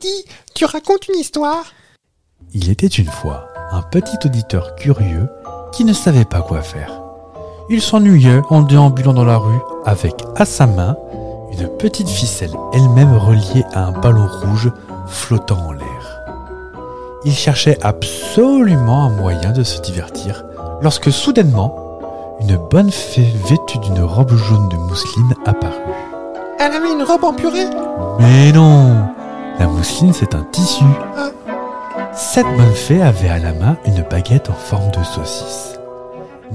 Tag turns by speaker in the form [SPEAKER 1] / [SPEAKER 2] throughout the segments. [SPEAKER 1] Dis, tu racontes une histoire
[SPEAKER 2] Il était une fois un petit auditeur curieux qui ne savait pas quoi faire. Il s'ennuyait en déambulant dans la rue avec à sa main une petite ficelle elle-même reliée à un ballon rouge flottant en l'air. Il cherchait absolument un moyen de se divertir lorsque soudainement, une bonne fée vêtue d'une robe jaune de mousseline apparut.
[SPEAKER 1] Elle avait une robe en purée
[SPEAKER 2] Mais non La mousseline, c'est un tissu. Cette bonne fée avait à la main une baguette en forme de saucisse.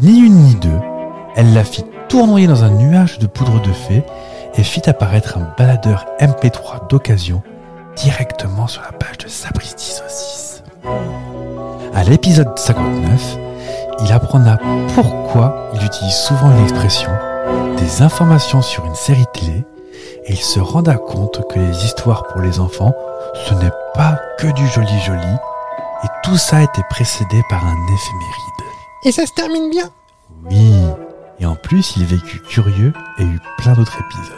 [SPEAKER 2] Ni une ni deux, elle la fit tournoyer dans un nuage de poudre de fée et fit apparaître un baladeur MP3 d'occasion directement sur la page de Sapristi Saucisse. À l'épisode 59, il apprendra pourquoi il utilise souvent une expression, des informations sur une série télé et il se renda compte que les histoires pour les enfants, ce n'est pas que du joli joli, et tout ça était précédé par un éphéméride.
[SPEAKER 1] Et ça se termine bien
[SPEAKER 2] Oui, et en plus il vécut curieux et eut plein d'autres épisodes.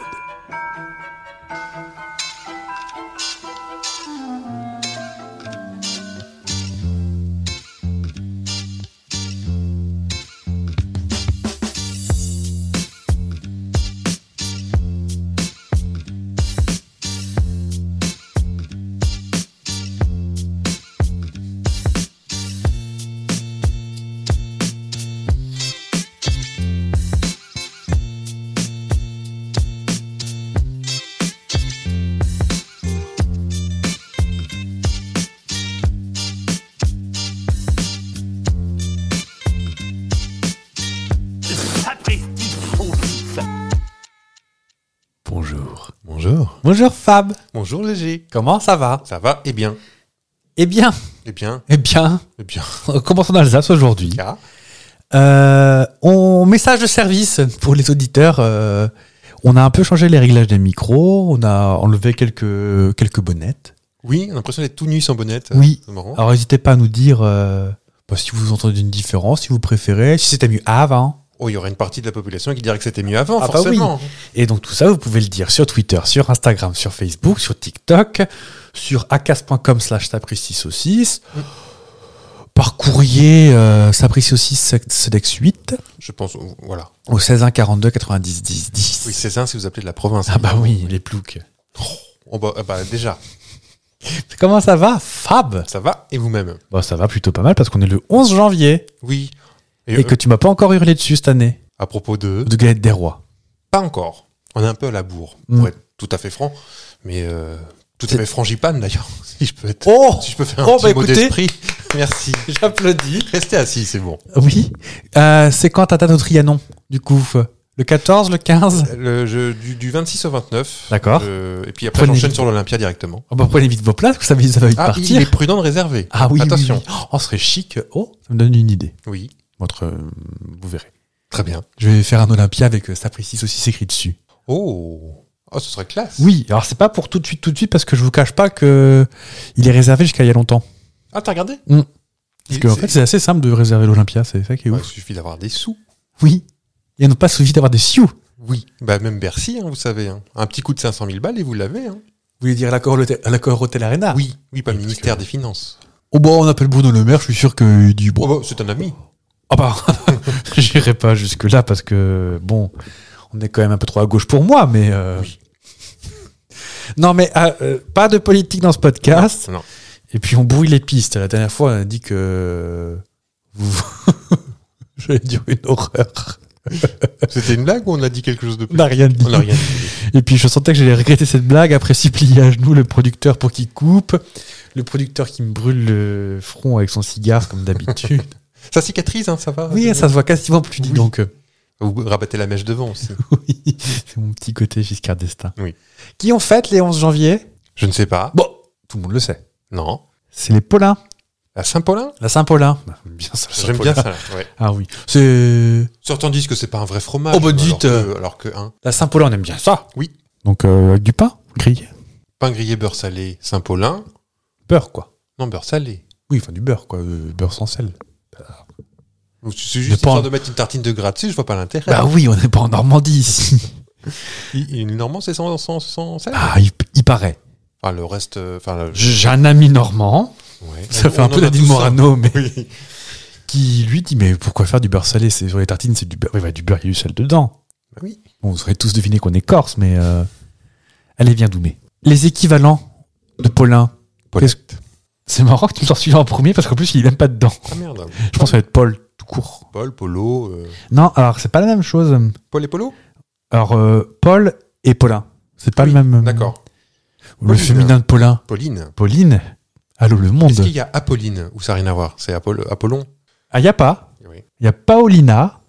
[SPEAKER 3] Sapristi saucisse.
[SPEAKER 2] Bonjour.
[SPEAKER 4] Bonjour.
[SPEAKER 2] Bonjour Fab,
[SPEAKER 4] Bonjour Léger.
[SPEAKER 2] comment ça va
[SPEAKER 4] Ça va Eh bien.
[SPEAKER 2] Eh bien,
[SPEAKER 4] Eh bien.
[SPEAKER 2] eh bien,
[SPEAKER 4] Eh bien.
[SPEAKER 2] commençons l'Alsace aujourd'hui.
[SPEAKER 4] Car.
[SPEAKER 2] Euh, on message de service pour les auditeurs. euh, on a un peu changé les réglages des micros, on a enlevé quelques quelques bonnettes.
[SPEAKER 4] Oui, on a l'impression d'être tout nu sans bonnette. euh,
[SPEAKER 2] Oui. Ah.
[SPEAKER 4] C'est marrant.
[SPEAKER 2] Alors n'hésitez pas à nous dire euh, bah, si vous entendez une différence, si vous préférez, si c'était mieux avant.
[SPEAKER 4] Oh, il y aurait une partie de la population qui dirait que c'était mieux avant,
[SPEAKER 2] Ah bah oui.
[SPEAKER 4] forcément.
[SPEAKER 2] Et donc tout ça, vous pouvez le dire sur Twitter, sur Instagram, sur Facebook, sur TikTok, sur acas.com slash sapristi-saucisse, par courrier euh, saucisse sedex 8
[SPEAKER 4] Je pense. oh, Voilà.
[SPEAKER 2] au 16 1 42 90 10 10.
[SPEAKER 4] Oui, c'est ça si vous appelez de la province.
[SPEAKER 2] Ah bah oui, les ploucs.
[SPEAKER 4] Oh bah, ah bah, déjà,
[SPEAKER 2] Comment ça va, Fab
[SPEAKER 4] ça va et vous-même
[SPEAKER 2] Bah ça va plutôt pas mal parce qu'on est le 11 janvier
[SPEAKER 4] Oui. Et,
[SPEAKER 2] et, que
[SPEAKER 4] euh,
[SPEAKER 2] tu m'as pas encore hurlé dessus cette année.
[SPEAKER 4] à propos de.
[SPEAKER 2] De galette des rois.
[SPEAKER 4] Pas encore. On est un peu à la bourre,
[SPEAKER 2] Mm.
[SPEAKER 4] pour être tout à fait franc. Mais euh, tout à fait frangipane d'ailleurs, si je peux être.
[SPEAKER 2] Oh
[SPEAKER 4] Si je peux faire un
[SPEAKER 2] Oh,
[SPEAKER 4] petit
[SPEAKER 2] bah,
[SPEAKER 4] mot
[SPEAKER 2] écoutez.
[SPEAKER 4] d'esprit. Merci.
[SPEAKER 2] J'applaudis.
[SPEAKER 4] Restez assis, c'est bon.
[SPEAKER 2] Oui. Euh, c'est quand t'as notre Trianon, du coup euh, Le 14, le 15
[SPEAKER 4] Le jeu du, du 26 au 29.
[SPEAKER 2] D'accord.
[SPEAKER 4] Euh, et puis après,
[SPEAKER 2] Prenez-
[SPEAKER 4] j'enchaîne sur l'Olympia directement.
[SPEAKER 2] oh, bah, Prenez vite vos places, vous savez, ça va vite
[SPEAKER 4] Ah, il
[SPEAKER 2] partir.
[SPEAKER 4] est prudent de réserver.
[SPEAKER 2] Ah oui, oui,
[SPEAKER 4] Attention.
[SPEAKER 2] oui. Oh, ce serait chic. Oh, ça me donne une idée.
[SPEAKER 4] Oui,
[SPEAKER 2] Votre, euh, vous verrez.
[SPEAKER 4] très bien.
[SPEAKER 2] Je vais faire un Olympia avec euh, Sapristi saucisse écrit dessus.
[SPEAKER 4] Oh, oh ce serait classe.
[SPEAKER 2] Oui, alors c'est pas pour tout de suite, tout de suite, parce que je vous cache pas que euh, il est réservé jusqu'à il y a longtemps.
[SPEAKER 4] Ah, t'as regardé
[SPEAKER 2] Mm.
[SPEAKER 4] Il-
[SPEAKER 2] Parce qu'en fait, c'est assez simple de réserver l'Olympia, c'est ça qui est
[SPEAKER 4] ouais, il
[SPEAKER 2] ouf.
[SPEAKER 4] suffit d'avoir des sous.
[SPEAKER 2] Oui. Et non pas suffit d'avoir des sioux.
[SPEAKER 4] Oui, bah même Bercy, hein, vous savez. hein. Un petit coup de 500 000 balles et vous l'avez. hein.
[SPEAKER 2] Vous voulez dire l'accord Hotel, Hotel Arena
[SPEAKER 4] Oui, oui, pas
[SPEAKER 2] Ah.
[SPEAKER 4] le
[SPEAKER 2] parce
[SPEAKER 4] ministère
[SPEAKER 2] que-
[SPEAKER 4] des Finances.
[SPEAKER 2] Oh bah on appelle Bruno Le Maire, je suis sûr qu'il dit
[SPEAKER 4] Oh,
[SPEAKER 2] bon.
[SPEAKER 4] bah, c'est un ami.
[SPEAKER 2] Ah bah, j'irai pas jusque là parce que bon, on est quand même un peu trop à gauche pour moi, mais. euh, Non mais ah, euh, pas de politique dans ce podcast.
[SPEAKER 4] Non.
[SPEAKER 2] Et puis on brouille les pistes. La dernière fois, on a dit que vous. je vais dire une horreur.
[SPEAKER 4] C'était une blague ou on a dit quelque chose de
[SPEAKER 2] On
[SPEAKER 4] plus
[SPEAKER 2] n'a rien dit.
[SPEAKER 4] On n'a rien dit.
[SPEAKER 2] Et puis je sentais que j'allais regretter cette blague. Après, s'y plier à genoux, le producteur pour qu'il coupe, le producteur qui me brûle le front avec son cigare, comme d'habitude.
[SPEAKER 4] Ça cicatrise, hein, ça va
[SPEAKER 2] oui, ça se voit quasiment plus, dis
[SPEAKER 4] Oui.
[SPEAKER 2] donc.
[SPEAKER 4] Vous rabattez la mèche devant aussi.
[SPEAKER 2] Oui, c'est mon petit côté Giscard d'Estaing.
[SPEAKER 4] Oui.
[SPEAKER 2] Qui ont fête les 11 janvier
[SPEAKER 4] Je ne sais pas.
[SPEAKER 2] Bon, tout le monde le sait.
[SPEAKER 4] Non.
[SPEAKER 2] C'est les Paulins,
[SPEAKER 4] À Saint-Paulin
[SPEAKER 2] la Saint-Paulin. Bien ça, la
[SPEAKER 4] J'aime
[SPEAKER 2] Saint-Paulin.
[SPEAKER 4] bien ça. là, Ouais.
[SPEAKER 2] Ah oui. C'est
[SPEAKER 4] Certains disent que c'est pas un vrai fromage.
[SPEAKER 2] Oh, bah,
[SPEAKER 4] alors
[SPEAKER 2] dites,
[SPEAKER 4] que-
[SPEAKER 2] euh.
[SPEAKER 4] Alors que, hein,
[SPEAKER 2] la Saint-Paulin, on aime bien ça.
[SPEAKER 4] Oui.
[SPEAKER 2] Donc euh, avec du pain grillé,
[SPEAKER 4] pain grillé, beurre salé, Saint-Paulin.
[SPEAKER 2] beurre quoi.
[SPEAKER 4] Non, beurre salé.
[SPEAKER 2] Oui, enfin du beurre quoi, euh, beurre sans sel.
[SPEAKER 4] Ou si C'est
[SPEAKER 2] Je
[SPEAKER 4] juste histoire
[SPEAKER 2] pense-
[SPEAKER 4] de mettre une tartine de gras dessus, je vois pas l'intérêt.
[SPEAKER 2] Bah oui, on n'est pas en Normandie ici.
[SPEAKER 4] Il- il- Normand, c'est sans, sans, sans sel
[SPEAKER 2] Ah, il, il paraît.
[SPEAKER 4] Enfin, le reste. euh, Enfin, le-
[SPEAKER 2] J'ai un ami normand,
[SPEAKER 4] ouais.
[SPEAKER 2] ça
[SPEAKER 4] On-
[SPEAKER 2] fait un
[SPEAKER 4] on en
[SPEAKER 2] peu
[SPEAKER 4] a
[SPEAKER 2] Nadine
[SPEAKER 4] tous un.
[SPEAKER 2] Morano, mais
[SPEAKER 4] Oui.
[SPEAKER 2] qui lui dit Mais pourquoi faire du beurre salé C'est sur les tartines, c'est du beurre. Oui, bah, du beurre, il y a du sel dedans.
[SPEAKER 4] Bah oui.
[SPEAKER 2] Bon, vous aurez tous deviné qu'on est corse, mais. euh, Allez, viens, Doumé. Les équivalents de Paulin.
[SPEAKER 4] Paulette.
[SPEAKER 2] Qu'est-ce- C'est marrant que tu me sors celui-là en premier parce qu'en plus, il n'aime pas dedans.
[SPEAKER 4] Ah merde.
[SPEAKER 2] Je pense que ça va être Paul tout court.
[SPEAKER 4] Paul, Polo. euh,
[SPEAKER 2] Non, alors c'est pas la même chose.
[SPEAKER 4] Paul et Polo
[SPEAKER 2] Alors, euh, Paul et Paulin. C'est pas
[SPEAKER 4] Oui,
[SPEAKER 2] le même. euh,
[SPEAKER 4] D'accord.
[SPEAKER 2] Le
[SPEAKER 4] Pauline.
[SPEAKER 2] féminin de Paulin.
[SPEAKER 4] Pauline.
[SPEAKER 2] Pauline. Allô, le monde.
[SPEAKER 4] Est-ce qu'il y a Apolline Ou ça n'a rien à voir C'est Apollo- Apollon
[SPEAKER 2] Ah, y a pas.
[SPEAKER 4] Oui.
[SPEAKER 2] Il y a Paulina,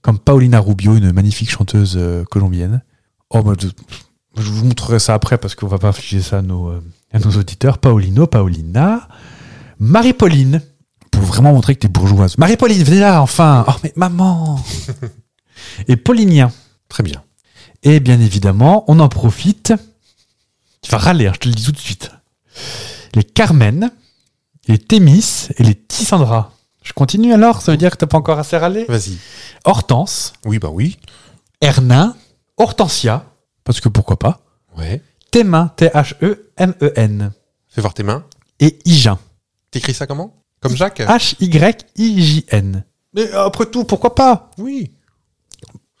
[SPEAKER 2] comme Paulina Rubio, une magnifique chanteuse euh, colombienne. Oh, bah, je je vous montrerai ça après parce qu'on va pas afficher ça à nos, euh, à nos auditeurs. Paulino, Paulina. Marie-Pauline, pour vraiment montrer que t'es bourgeoise. Marie-Pauline, venez là, enfin. Oh, mais maman. Et Paulinien.
[SPEAKER 4] Très bien.
[SPEAKER 2] Et bien évidemment, on en profite. Tu vas râler, hein, je te le dis tout de suite. Les Carmen, les Thémis et les Tissandra. Je continue alors, ça veut dire que t'as pas encore assez râlé
[SPEAKER 4] Vas-y.
[SPEAKER 2] Hortense,
[SPEAKER 4] Oui, bah oui.
[SPEAKER 2] Hernin, Hortensia, parce que pourquoi pas,
[SPEAKER 4] Ouais.
[SPEAKER 2] Thémin, E T-H-E-M-E-N,
[SPEAKER 4] Fais voir tes mains.
[SPEAKER 2] et Igin,
[SPEAKER 4] T'écris ça comment Comme Jacques
[SPEAKER 2] Ah, H-Y-I-J-N. Mais après tout, pourquoi pas
[SPEAKER 4] Oui.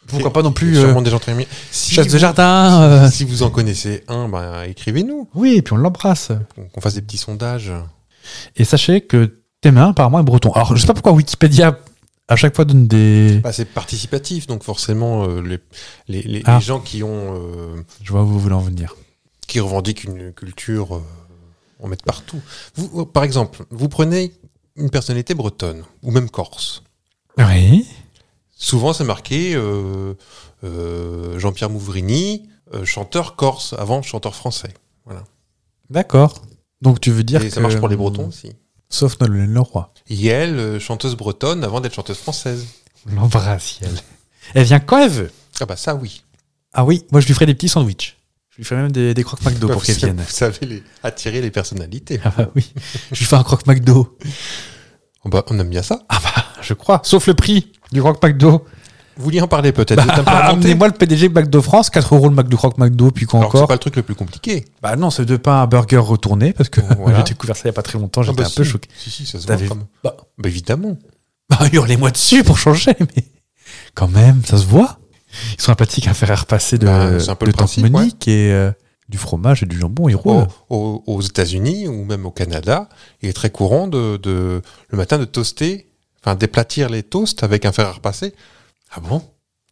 [SPEAKER 2] Pourquoi pas non
[SPEAKER 4] Il
[SPEAKER 2] plus
[SPEAKER 4] y a
[SPEAKER 2] euh,
[SPEAKER 4] sûrement des gens très bien. Si
[SPEAKER 2] chef de
[SPEAKER 4] vous-
[SPEAKER 2] jardin euh,
[SPEAKER 4] Si vous en connaissez un, bah, écrivez-nous.
[SPEAKER 2] Oui, et puis on l'embrasse.
[SPEAKER 4] Qu'on qu'on fasse des petits sondages. euh,
[SPEAKER 2] Et sachez que Témin, apparemment, est breton. Alors, je sais pas pourquoi Wikipédia, à chaque fois, donne des.
[SPEAKER 4] Bah, c'est participatif, donc forcément, euh, les, les, les-
[SPEAKER 2] Ah.
[SPEAKER 4] les gens qui ont euh,
[SPEAKER 2] Je vois où vous voulez en venir.
[SPEAKER 4] qui revendiquent une culture, euh, en mettent partout. Vous, euh, par exemple, vous prenez une personnalité bretonne, ou même corse.
[SPEAKER 2] Oui.
[SPEAKER 4] Souvent, c'est marqué euh, euh, Jean-Pierre Mouvrini, euh, chanteur corse, avant chanteur français.
[SPEAKER 2] D'accord. Donc, tu veux dire
[SPEAKER 4] Et
[SPEAKER 2] que.
[SPEAKER 4] ça marche pour les bretons aussi.
[SPEAKER 2] Sauf Nolwenn Leroy.
[SPEAKER 4] Yel, euh, chanteuse bretonne, avant d'être chanteuse française.
[SPEAKER 2] On l'embrasse, elle. Elle vient quand elle veut.
[SPEAKER 4] Ah bah ça, oui.
[SPEAKER 2] Ah oui, moi, je lui ferai des petits sandwichs. Je lui ferai même des, des croques McDo pour
[SPEAKER 4] Bah, Vous
[SPEAKER 2] qu'elle
[SPEAKER 4] savez-
[SPEAKER 2] vienne.
[SPEAKER 4] Vous savez les- attirer les personnalités.
[SPEAKER 2] Ah bah oui. Je lui fais un croque McDo.
[SPEAKER 4] Oh bah, on aime bien ça.
[SPEAKER 2] Je crois. Sauf le prix du croque McDo.
[SPEAKER 4] Vous vouliez en parler peut-être vous êtes un peu
[SPEAKER 2] Ah,
[SPEAKER 4] remonté
[SPEAKER 2] Amenez-moi le PDG McDo France, 4 euros le McDo croque McDo, puis quoi
[SPEAKER 4] Alors que c'est
[SPEAKER 2] encore.
[SPEAKER 4] pas le truc le plus compliqué.
[SPEAKER 2] Bah non, c'est deux pains à burger retourné, parce que
[SPEAKER 4] Voilà.
[SPEAKER 2] j'ai découvert ça il y a pas très longtemps, j'étais
[SPEAKER 4] bah
[SPEAKER 2] un
[SPEAKER 4] si.
[SPEAKER 2] peu choqué.
[SPEAKER 4] Si, si, ça se voit
[SPEAKER 2] T'avais-
[SPEAKER 4] quand même.
[SPEAKER 2] Bah,
[SPEAKER 4] Bah évidemment.
[SPEAKER 2] Bah, hurlez-moi dessus pour changer, mais quand même, ça se voit. Ils sont apathiques à faire repasser de,
[SPEAKER 4] Bah, c'est un peu
[SPEAKER 2] de
[SPEAKER 4] le principe,
[SPEAKER 2] Tankmonique et euh, du fromage et du jambon, ils roulent.
[SPEAKER 4] Oh, Au- Aux, aux États-Unis ou même au Canada, il est très courant de, de- le matin de toaster, enfin d'éplatir les toasts avec un fer à repasser.
[SPEAKER 2] Ah bon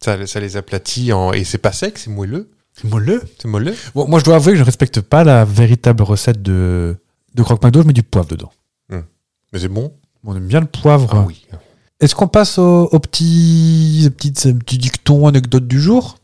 [SPEAKER 4] Ça, ça les aplatit en, et c'est pas sec, c'est moelleux,
[SPEAKER 2] C'est moelleux.
[SPEAKER 4] c'est moelleux.
[SPEAKER 2] Bon, moi, je dois avouer que je ne respecte pas la véritable recette de, de croque McDo, je mets du poivre dedans.
[SPEAKER 4] Mais c'est bon.
[SPEAKER 2] On aime bien le poivre.
[SPEAKER 4] Ah oui.
[SPEAKER 2] Est-ce qu'on passe au, au petit, petites petit dicton, anecdote du jour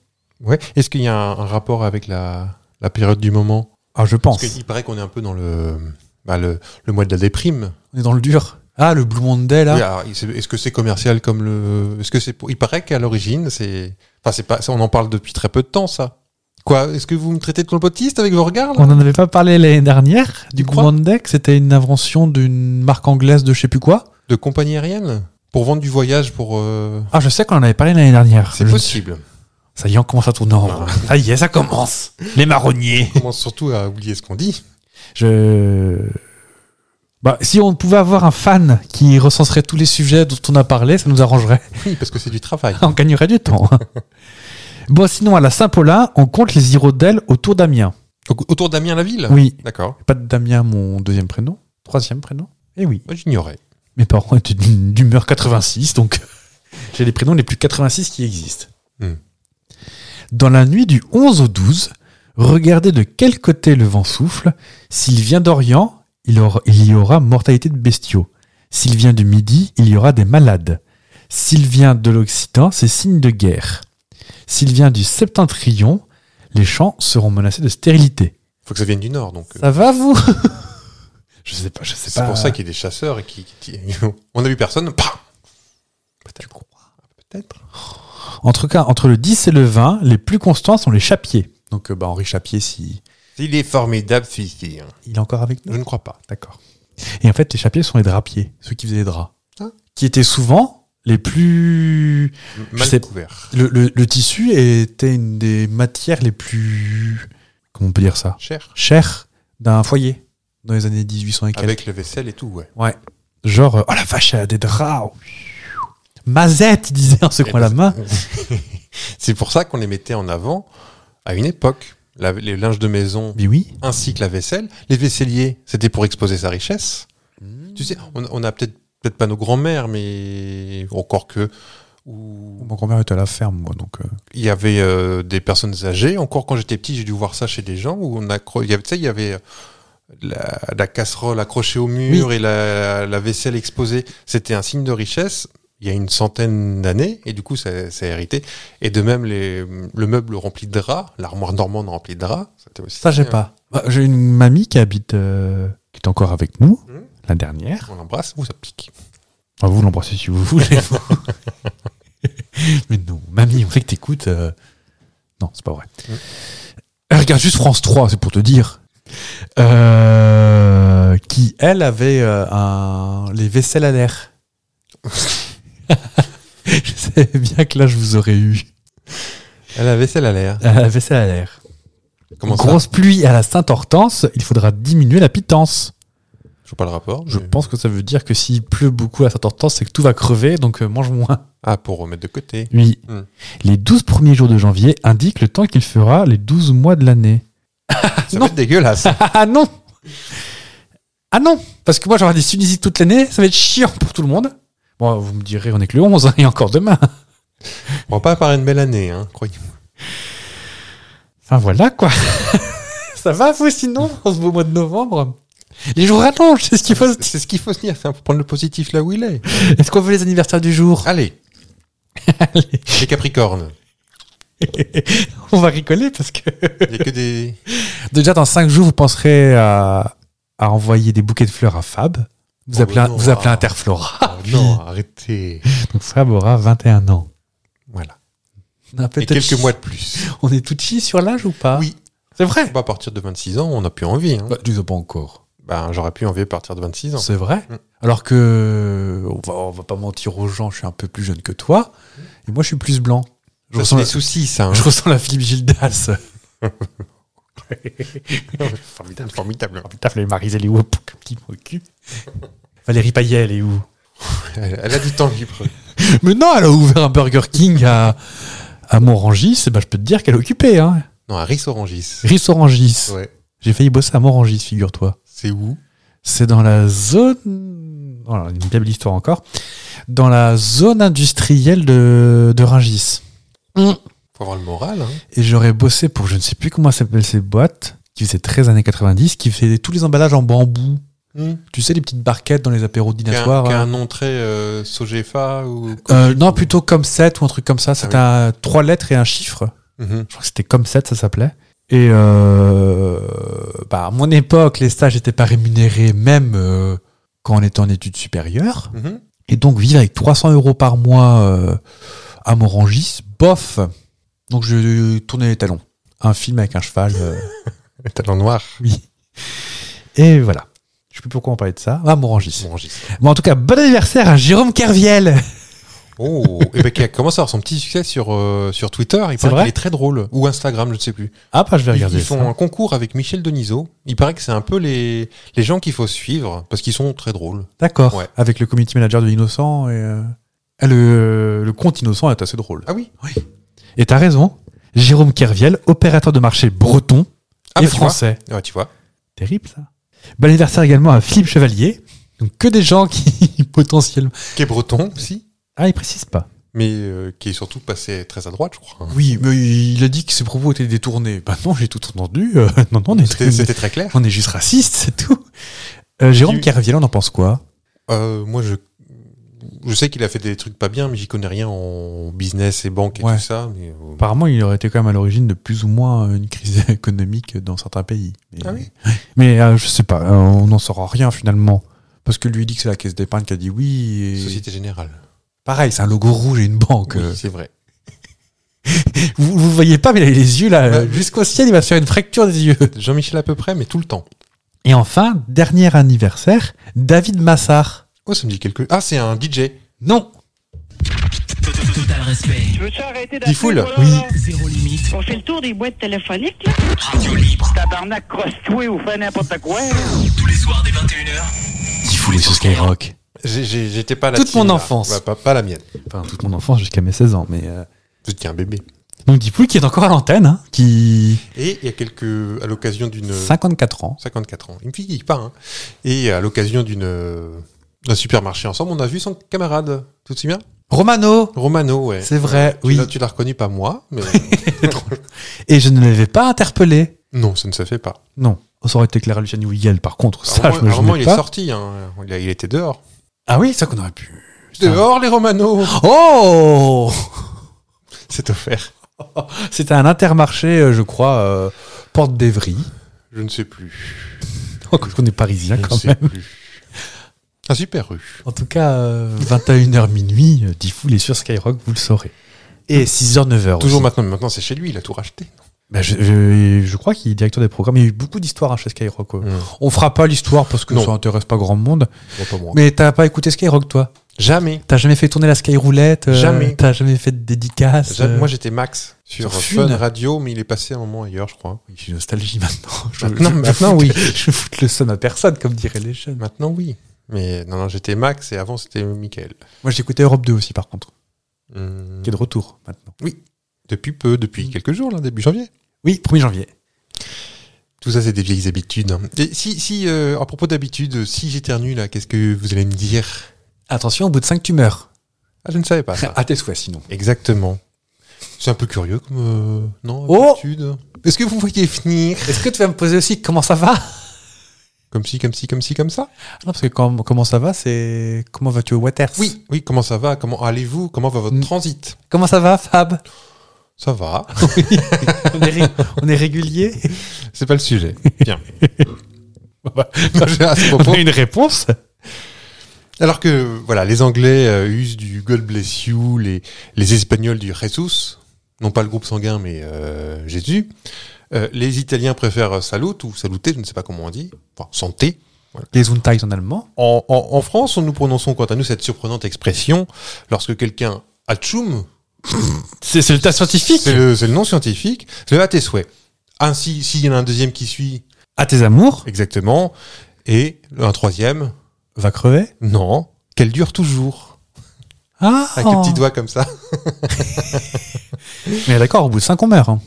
[SPEAKER 4] Ouais. Est-ce qu'il y a un, un rapport avec la, la période du moment
[SPEAKER 2] Ah, je pense.
[SPEAKER 4] Parce qu'il paraît qu'on est un peu dans le, bah, le, le mois de la déprime.
[SPEAKER 2] On est dans le dur. Ah, le Blue Monday, là
[SPEAKER 4] Oui, alors, il- c'est- Est-ce que c'est commercial comme le. Est-ce que c'est. Il paraît qu'à l'origine, c'est. Enfin, c'est pas. ça, On en parle depuis très peu de temps, ça. Quoi Est-ce que vous me traitez de complotiste avec vos regards là
[SPEAKER 2] On n'en avait pas parlé l'année dernière
[SPEAKER 4] Tu
[SPEAKER 2] du
[SPEAKER 4] crois
[SPEAKER 2] Blue Monday, que c'était une invention d'une marque anglaise de je sais plus quoi.
[SPEAKER 4] De compagnie aérienne Pour vendre du voyage pour. euh,
[SPEAKER 2] Ah, je sais qu'on en avait parlé l'année dernière.
[SPEAKER 4] C'est
[SPEAKER 2] Je-
[SPEAKER 4] possible.
[SPEAKER 2] Ça y est, on commence à tourner en rond. Ça y est, ça commence. Les marronniers.
[SPEAKER 4] On commence surtout à oublier ce qu'on dit.
[SPEAKER 2] Je. Bah, si on pouvait avoir un fan qui recenserait tous les sujets dont on a parlé, ça nous arrangerait.
[SPEAKER 4] Oui, parce que c'est du travail.
[SPEAKER 2] On gagnerait du temps. hein. bon, sinon, à la Saint-Paulin, on compte les hirondelles autour d'Amiens.
[SPEAKER 4] Donc, Autour d'Amiens, la ville
[SPEAKER 2] Oui.
[SPEAKER 4] D'accord.
[SPEAKER 2] Pas de Damien, mon deuxième prénom. Troisième prénom. Eh oui.
[SPEAKER 4] Moi, j'ignorais.
[SPEAKER 2] Mes parents étaient d'une- d'humeur 86, donc j'ai les prénoms les plus 86 qui existent.
[SPEAKER 4] Hmm.
[SPEAKER 2] Dans la nuit du 11 au 12, regardez de quel côté le vent souffle. S'il vient d'Orient, il, aura- il y aura mortalité de bestiaux. S'il vient du Midi, il y aura des malades. S'il vient de l'Occident, c'est signe de guerre. S'il vient du Septentrion, les champs seront menacés de stérilité.
[SPEAKER 4] Faut que ça vienne du Nord, donc. euh,
[SPEAKER 2] Ça va, vous Je sais pas, je sais
[SPEAKER 4] C'est
[SPEAKER 2] pas.
[SPEAKER 4] pour ça qu'il y a des chasseurs et qui. qui- On a vu personne. Pah
[SPEAKER 2] tu crois.
[SPEAKER 4] Peut-être.
[SPEAKER 2] Entre, cas- entre le 10 et le 20, les plus constants sont les Chapiers. Donc euh, bah, Henri Chapier, si...
[SPEAKER 4] Il est formidable, celui-ci. hein.
[SPEAKER 2] il est encore avec
[SPEAKER 4] Je ne crois pas.
[SPEAKER 2] D'accord. Et en fait, les Chapiers sont les drapiers, ceux qui faisaient les draps.
[SPEAKER 4] Ah.
[SPEAKER 2] Qui étaient souvent les plus.
[SPEAKER 4] Mal
[SPEAKER 2] sais-
[SPEAKER 4] couvert.
[SPEAKER 2] Le, le- le tissu était une des matières les plus. Comment on peut dire ça
[SPEAKER 4] Cher.
[SPEAKER 2] Chères d'un foyer dans les années 1800 et quelques.
[SPEAKER 4] Avec le vaisselle et tout, ouais.
[SPEAKER 2] Genre, euh, oh la vache, elle a des draps. Mazette, il disait hein, en secouant la main.
[SPEAKER 4] C'est pour ça qu'on les mettait en avant à une époque. La- les linges de maison
[SPEAKER 2] Mais oui.
[SPEAKER 4] ainsi que la vaisselle. Les vaisseliers, c'était pour exposer sa richesse. Tu sais, on, on a peut-être peut-être pas nos grands-mères, mais encore que. Ou
[SPEAKER 2] Mon grand-mère était à la ferme, moi, donc. euh,
[SPEAKER 4] il y avait euh, des personnes âgées. Encore quand j'étais petit, j'ai dû voir ça chez des gens où on accro... il y avait- tu sais, il y avait euh, la, la casserole accrochée au mur et la, la vaisselle exposée. C'était un signe de richesse il y a une centaine d'années et du coup, ça ça a hérité. Et de même, les, le meuble rempli de draps, l'armoire normande remplie de draps, c'était aussi. hein.
[SPEAKER 2] Ça, j'ai pas. Bah, J'ai une mamie qui habite, euh, qui est encore avec nous,
[SPEAKER 4] Mhm.
[SPEAKER 2] la dernière.
[SPEAKER 4] On l'embrasse, ou ça pique.
[SPEAKER 2] Enfin, vous l'embrassez si vous voulez. Mais non, mamie, on sait que t'écoutes. euh, Non, c'est pas vrai.
[SPEAKER 4] Mhm.
[SPEAKER 2] Euh, regarde juste France 3, c'est pour te dire. Euh, qui, elle, avait euh, un... les vaisselles à l'air. je savais bien que là, je vous aurais eu. Ah,
[SPEAKER 4] Elle a la vaisselle à l'air.
[SPEAKER 2] Euh, La vaisselle à l'air.
[SPEAKER 4] Comment ça
[SPEAKER 2] Grosse pluie à la Sainte-Hortense, il faudra diminuer la pitance.
[SPEAKER 4] Je vois pas le rapport.
[SPEAKER 2] Je
[SPEAKER 4] mais-
[SPEAKER 2] pense que ça veut dire que s'il pleut beaucoup à Saint-Hortense, c'est que tout va crever, donc euh, mange moins.
[SPEAKER 4] Ah, pour remettre de côté.
[SPEAKER 2] Oui.
[SPEAKER 4] Hmm.
[SPEAKER 2] Les 12 premiers jours de janvier indiquent le temps qu'il fera les 12 mois de l'année.
[SPEAKER 4] Ça
[SPEAKER 2] Non.
[SPEAKER 4] va être dégueulasse.
[SPEAKER 2] Ah non Ah non Parce que moi, j'aurai des sunisites toute l'année, ça va être chiant pour tout le monde. Bon, vous me direz, on est que le 11, hein, et encore demain.
[SPEAKER 4] On va pas apparaître une belle année, hein, croyez-moi.
[SPEAKER 2] Enfin voilà, quoi. ça va, vous, sinon, en ce beau mois de novembre Les jours rallongent, c'est ce qu'il faut. se dire.
[SPEAKER 4] C'est ce qu'il faut se dire, c'est faut prendre le positif là où il est.
[SPEAKER 2] Est-ce qu'on veut les anniversaires du jour
[SPEAKER 4] Allez. Les Capricornes.
[SPEAKER 2] On va rigoler parce que
[SPEAKER 4] Il n'y a que des.
[SPEAKER 2] déjà dans 5 jours, vous penserez à, à envoyer des bouquets de fleurs à Fab. Vous
[SPEAKER 4] Oh
[SPEAKER 2] appelez, un-
[SPEAKER 4] non,
[SPEAKER 2] vous appelez
[SPEAKER 4] ah.
[SPEAKER 2] Interflora.
[SPEAKER 4] Oh non, arrêtez.
[SPEAKER 2] Donc Fab aura 21 ans.
[SPEAKER 4] Voilà.
[SPEAKER 2] On a
[SPEAKER 4] Et
[SPEAKER 2] peut-être-
[SPEAKER 4] quelques mois de plus.
[SPEAKER 2] On est tout chi sur l'âge ou pas
[SPEAKER 4] Oui.
[SPEAKER 2] C'est vrai
[SPEAKER 4] Bah, à partir de 26 ans, on n'a plus envie. Hein.
[SPEAKER 2] Bah, Disons pas encore.
[SPEAKER 4] Ben, j'aurais plus envie à partir de 26 ans.
[SPEAKER 2] C'est vrai.
[SPEAKER 4] Mm.
[SPEAKER 2] Alors que, on va, on va pas mentir aux gens, je suis un peu plus jeune que toi. Et moi, je suis plus blanc. Je,
[SPEAKER 4] Ça,
[SPEAKER 2] ressens
[SPEAKER 4] c'est
[SPEAKER 2] la,
[SPEAKER 4] des soucis, ça. hein.
[SPEAKER 2] je ressens la Philippe Gildas.
[SPEAKER 4] Formidable, formidable.
[SPEAKER 2] Putain, les Marise, elle est où qui m'occupe Valérie Payet, elle est où
[SPEAKER 4] Elle, elle a du temps libre.
[SPEAKER 2] Mais non, elle a ouvert un Burger King à, à Morangis, et ben, je peux te dire qu'elle est occupée. Hein.
[SPEAKER 4] Non, un riz orangis.
[SPEAKER 2] Ris Orangis.
[SPEAKER 4] Ouais.
[SPEAKER 2] J'ai failli bosser à Morangis, figure-toi.
[SPEAKER 4] C'est où
[SPEAKER 2] C'est dans la zone. Oh là, une belle histoire encore. Dans la zone industrielle de, de Rungis.
[SPEAKER 4] Faut avoir le moral. Hein.
[SPEAKER 2] Et j'aurais bossé pour je ne sais plus comment s'appelle cette boîte, qui faisait 13 années 90, qui faisait tous les emballages en bambou. Tu sais, les petites barquettes dans les apéros
[SPEAKER 4] Qu'un
[SPEAKER 2] dînatoires.
[SPEAKER 4] qu'un
[SPEAKER 2] euh,
[SPEAKER 4] nom très euh, Sogefa ou.
[SPEAKER 2] euh, non, plutôt comme 7 ou un truc comme ça.
[SPEAKER 4] Ah
[SPEAKER 2] C'était un- trois lettres et un chiffre.
[SPEAKER 4] Mhm.
[SPEAKER 2] Je crois que c'était comme 7, ça s'appelait. Et euh, bah, à mon époque, les stages n'étaient pas rémunérés, même euh, quand on était en études supérieures.
[SPEAKER 4] Mhm.
[SPEAKER 2] Et donc, vivre avec 300 euros par mois euh, à Morangis, bof Donc, je tournais les talons. Un film avec un cheval, euh,
[SPEAKER 4] Le talent noir.
[SPEAKER 2] oui. Et voilà. Je sais plus pourquoi on parlait de ça. Ah, Morangis.
[SPEAKER 4] Orangis.
[SPEAKER 2] Bon, en tout cas, bon anniversaire à Jérôme Kerviel
[SPEAKER 4] Oh, et ben qui a commencé à avoir son petit succès sur, euh, sur Twitter. Il
[SPEAKER 2] C'est
[SPEAKER 4] paraît
[SPEAKER 2] vrai
[SPEAKER 4] qu'il est très drôle. Ou Instagram, je ne sais plus.
[SPEAKER 2] Ah, bah, je vais
[SPEAKER 4] Ils,
[SPEAKER 2] regarder
[SPEAKER 4] ils font
[SPEAKER 2] ça.
[SPEAKER 4] un concours avec Michel Denisot. Il paraît que c'est un peu les, les gens qu'il faut suivre parce qu'ils sont très drôles.
[SPEAKER 2] D'accord.
[SPEAKER 4] Ouais.
[SPEAKER 2] Avec le community manager de l'innocent et euh, ah, le, le compte innocent est assez drôle.
[SPEAKER 4] Ah oui
[SPEAKER 2] Et t'as raison. Jérôme Kerviel, opérateur de marché breton
[SPEAKER 4] Ah
[SPEAKER 2] et
[SPEAKER 4] bah, tu vois.
[SPEAKER 2] français.
[SPEAKER 4] Ouais, tu vois.
[SPEAKER 2] Terrible ça. Bon anniversaire également à Philippe Chevalier. Donc que des gens qui potentiellement.
[SPEAKER 4] Qui est breton aussi,
[SPEAKER 2] Ah, il précise pas.
[SPEAKER 4] mais euh, qui est surtout passé très à droite, je crois.
[SPEAKER 2] Oui, mais il a dit que ses propos étaient détournés. Bah non, j'ai tout entendu. Euh, non, non, on est,
[SPEAKER 4] C'était c'était très clair.
[SPEAKER 2] on est juste raciste, c'est tout. Euh, Jérôme
[SPEAKER 4] Qui-
[SPEAKER 2] Kerviel, on en pense quoi
[SPEAKER 4] Euh, moi, je, je sais qu'il a fait des trucs pas bien, mais j'y connais rien en business et banque et
[SPEAKER 2] Ouais.
[SPEAKER 4] tout ça. Mais, euh,
[SPEAKER 2] Apparemment, il aurait été quand même à l'origine de plus ou moins euh, une crise économique dans certains pays. Mais,
[SPEAKER 4] Ah oui
[SPEAKER 2] Mais euh, je sais pas, euh, on n'en saura rien finalement. Parce que lui il dit que c'est la caisse d'épargne qui a dit oui. Et...
[SPEAKER 4] Société Générale.
[SPEAKER 2] Pareil, c'est un logo rouge et une banque. Euh,
[SPEAKER 4] Oui, c'est vrai.
[SPEAKER 2] Vous, vous voyez pas, mais il a les yeux là,
[SPEAKER 4] Bah,
[SPEAKER 2] euh, jusqu'au ciel, il va se faire une fracture des yeux.
[SPEAKER 4] Jean-Michel à peu près, mais tout le temps.
[SPEAKER 2] Et enfin, dernier anniversaire, David Massard.
[SPEAKER 4] Oh, ça me dit quelque Ah, c'est un DJ.
[SPEAKER 2] Non
[SPEAKER 3] total respect.
[SPEAKER 5] Tu veux-tu arrêter
[SPEAKER 4] Dis foule.
[SPEAKER 5] d'appeler, toi,
[SPEAKER 2] Oui.
[SPEAKER 5] là?
[SPEAKER 3] Zéro limite.
[SPEAKER 5] On fait le tour des boîtes téléphoniques, là.
[SPEAKER 3] Radio libre.
[SPEAKER 5] Tabarnak, crosse-toi ou fais n'importe quoi.
[SPEAKER 3] Tous les soirs dès 21h. Diffoulé sur Skyrock.
[SPEAKER 2] Skyrock.
[SPEAKER 4] J'ai- j'ai- J'étais pas là.
[SPEAKER 2] Toute mon enfance.
[SPEAKER 4] pas, pas la mienne.
[SPEAKER 2] Enfin, toute mon enfance jusqu'à mes 16 ans. Mais, euh,
[SPEAKER 4] J'étais un bébé.
[SPEAKER 2] Donc, Dipoul qui est encore à l'antenne, hein, qui.
[SPEAKER 4] Et il y a quelques. à l'occasion d'une.
[SPEAKER 2] 54 ans.
[SPEAKER 4] 54 ans. Il me fille pas. Hein. Et à l'occasion d'une. euh, d'un supermarché ensemble, on a vu son camarade. Tout de suite bien
[SPEAKER 2] Romano
[SPEAKER 4] Romano, ouais.
[SPEAKER 2] C'est vrai,
[SPEAKER 4] Tu
[SPEAKER 2] oui.
[SPEAKER 4] l'as- Tu l'as reconnu, pas moi, mais.
[SPEAKER 2] Et je ne l'avais pas interpellé.
[SPEAKER 4] non, ça ne se fait pas.
[SPEAKER 2] Non. Ça aurait été clair à Lucien Ouigel, par contre.
[SPEAKER 4] À un
[SPEAKER 2] Ça,
[SPEAKER 4] moment-
[SPEAKER 2] je me
[SPEAKER 4] à un moment, ah, il
[SPEAKER 2] souviens
[SPEAKER 4] est
[SPEAKER 2] pas.
[SPEAKER 4] sorti. hein. Il, a- il était dehors.
[SPEAKER 2] Ah oui, ça qu'on aurait pu. Putain.
[SPEAKER 4] Dehors, les Romano
[SPEAKER 2] Oh
[SPEAKER 4] C'est offert.
[SPEAKER 2] C'était un intermarché, euh, je crois, euh, Porte d'Evry.
[SPEAKER 4] Je ne sais plus.
[SPEAKER 2] Encore qu'on est parisien
[SPEAKER 4] Je ne
[SPEAKER 2] quand
[SPEAKER 4] sais
[SPEAKER 2] même.
[SPEAKER 4] plus. Un super rue.
[SPEAKER 2] En tout cas, euh, 21h minuit, euh, Diffoul est sur Skyrock, vous le saurez. Et 6h, 9h.
[SPEAKER 4] Toujours maintenant, mais maintenant c'est chez lui, il a tout racheté.
[SPEAKER 2] Bah, je, je- je crois qu'il est directeur des programmes. Il y a eu beaucoup d'histoires hein, chez Skyrock. ouais.
[SPEAKER 4] Hum,
[SPEAKER 2] On fera pas l'histoire parce que
[SPEAKER 4] Non.
[SPEAKER 2] ça intéresse pas grand monde.
[SPEAKER 4] bon, pas moi.
[SPEAKER 2] Mais t'as pas écouté Skyrock, toi
[SPEAKER 4] Jamais.
[SPEAKER 2] T'as jamais fait tourner la Skyroulette euh,
[SPEAKER 4] Jamais.
[SPEAKER 2] T'as jamais fait de dédicace
[SPEAKER 4] Jamais.
[SPEAKER 2] euh,
[SPEAKER 4] Moi j'étais Max sur
[SPEAKER 2] sur
[SPEAKER 4] Fun
[SPEAKER 2] Fun.
[SPEAKER 4] Radio, mais il est passé un moment ailleurs, je crois.
[SPEAKER 2] Oui, J'ai nostalgie maintenant. Je-
[SPEAKER 4] Maintenant-
[SPEAKER 2] je- je
[SPEAKER 4] maintenant,
[SPEAKER 2] foute-
[SPEAKER 4] oui.
[SPEAKER 2] Je foute le seum à personne, comme diraient les jeunes.
[SPEAKER 4] Maintenant, oui. Mais non, non j'étais Max et avant c'était Michael.
[SPEAKER 2] Moi, j'écoutais Europe 2 aussi, par contre,
[SPEAKER 4] Hum,
[SPEAKER 2] qui est de retour maintenant.
[SPEAKER 4] Depuis peu,
[SPEAKER 2] Mm.
[SPEAKER 4] depuis quelques jours, là, début janvier.
[SPEAKER 2] Oui, 1er janvier.
[SPEAKER 4] Tout ça, c'est des vieilles habitudes. hein. Et si, si euh, à propos d'habitudes, si j'éternue, là, qu'est-ce que vous allez me dire
[SPEAKER 2] Attention, au bout de 5, tu meurs.
[SPEAKER 4] Ah, je ne savais pas ça.
[SPEAKER 2] À tes souhaits, sinon.
[SPEAKER 4] Exactement. C'est un peu curieux comme. euh, non,
[SPEAKER 2] Oh
[SPEAKER 4] habitude. Est-ce que vous voyez finir
[SPEAKER 2] Est-ce que tu vas me poser aussi comment ça va
[SPEAKER 4] Comme si, comme si, comme si, comme ça
[SPEAKER 2] Ah Non, parce que quand- comment ça va, c'est comment vas-tu au Waters
[SPEAKER 4] Oui. Oui, comment ça va Comment allez-vous Comment va votre
[SPEAKER 2] Mm.
[SPEAKER 4] transit
[SPEAKER 2] Comment ça va, Fab
[SPEAKER 4] Ça va.
[SPEAKER 2] on, est ré- on est régulier
[SPEAKER 4] C'est pas le sujet. Bien. Non, j'ai- à ce propos-
[SPEAKER 2] une réponse
[SPEAKER 4] Alors que, voilà, les Anglais euh, usent du God bless you, les, les Espagnols du Jesus, non pas le groupe sanguin, mais euh, Jésus. Euh, les Italiens préfèrent euh, salut ou saluter, je ne sais pas comment on dit, enfin, santé.
[SPEAKER 2] Les Untiles en allemand
[SPEAKER 4] En, en- en France, on nous prononçons quant à nous cette surprenante expression lorsque quelqu'un atchoum,
[SPEAKER 2] C'est le tas scientifique
[SPEAKER 4] c'est le, c'est le nom scientifique, c'est le à tes souhaits. Ainsi, s'il y en a un deuxième qui suit,
[SPEAKER 2] À tes amours
[SPEAKER 4] exactement, et un troisième,
[SPEAKER 2] Va crever
[SPEAKER 4] non, qu'elle dure toujours.
[SPEAKER 2] Ah
[SPEAKER 4] Avec le petit doigt comme ça.
[SPEAKER 2] Mais d'accord, au bout de 5, on meurt. hein.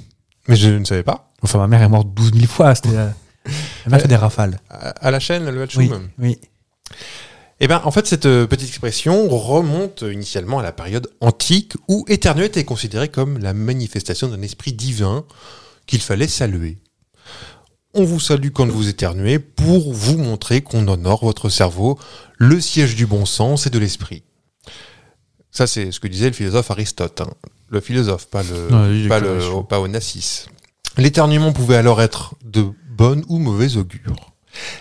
[SPEAKER 4] Mais je ne savais pas.
[SPEAKER 2] Enfin, ma mère est morte 12 000 fois. C'était. euh, Elle m'a fait des rafales.
[SPEAKER 4] À, à la chaîne, le atchoum.
[SPEAKER 2] Oui, oui.
[SPEAKER 4] Eh ben, en fait, cette euh, petite expression remonte euh, initialement à la période antique où éternuer était considéré comme la manifestation d'un esprit divin qu'il fallait saluer. On vous salue quand vous éternuez pour vous montrer qu'on honore votre cerveau, le siège du bon sens et de l'esprit. Ça, c'est ce que disait le philosophe Aristote. hein. Le philosophe, pas
[SPEAKER 2] Ouais, il
[SPEAKER 4] le,
[SPEAKER 2] est
[SPEAKER 4] pas
[SPEAKER 2] clair,
[SPEAKER 4] le-
[SPEAKER 2] je trouve.
[SPEAKER 4] pas Onassis. L'éternuement pouvait alors être de bonne ou mauvaise augure.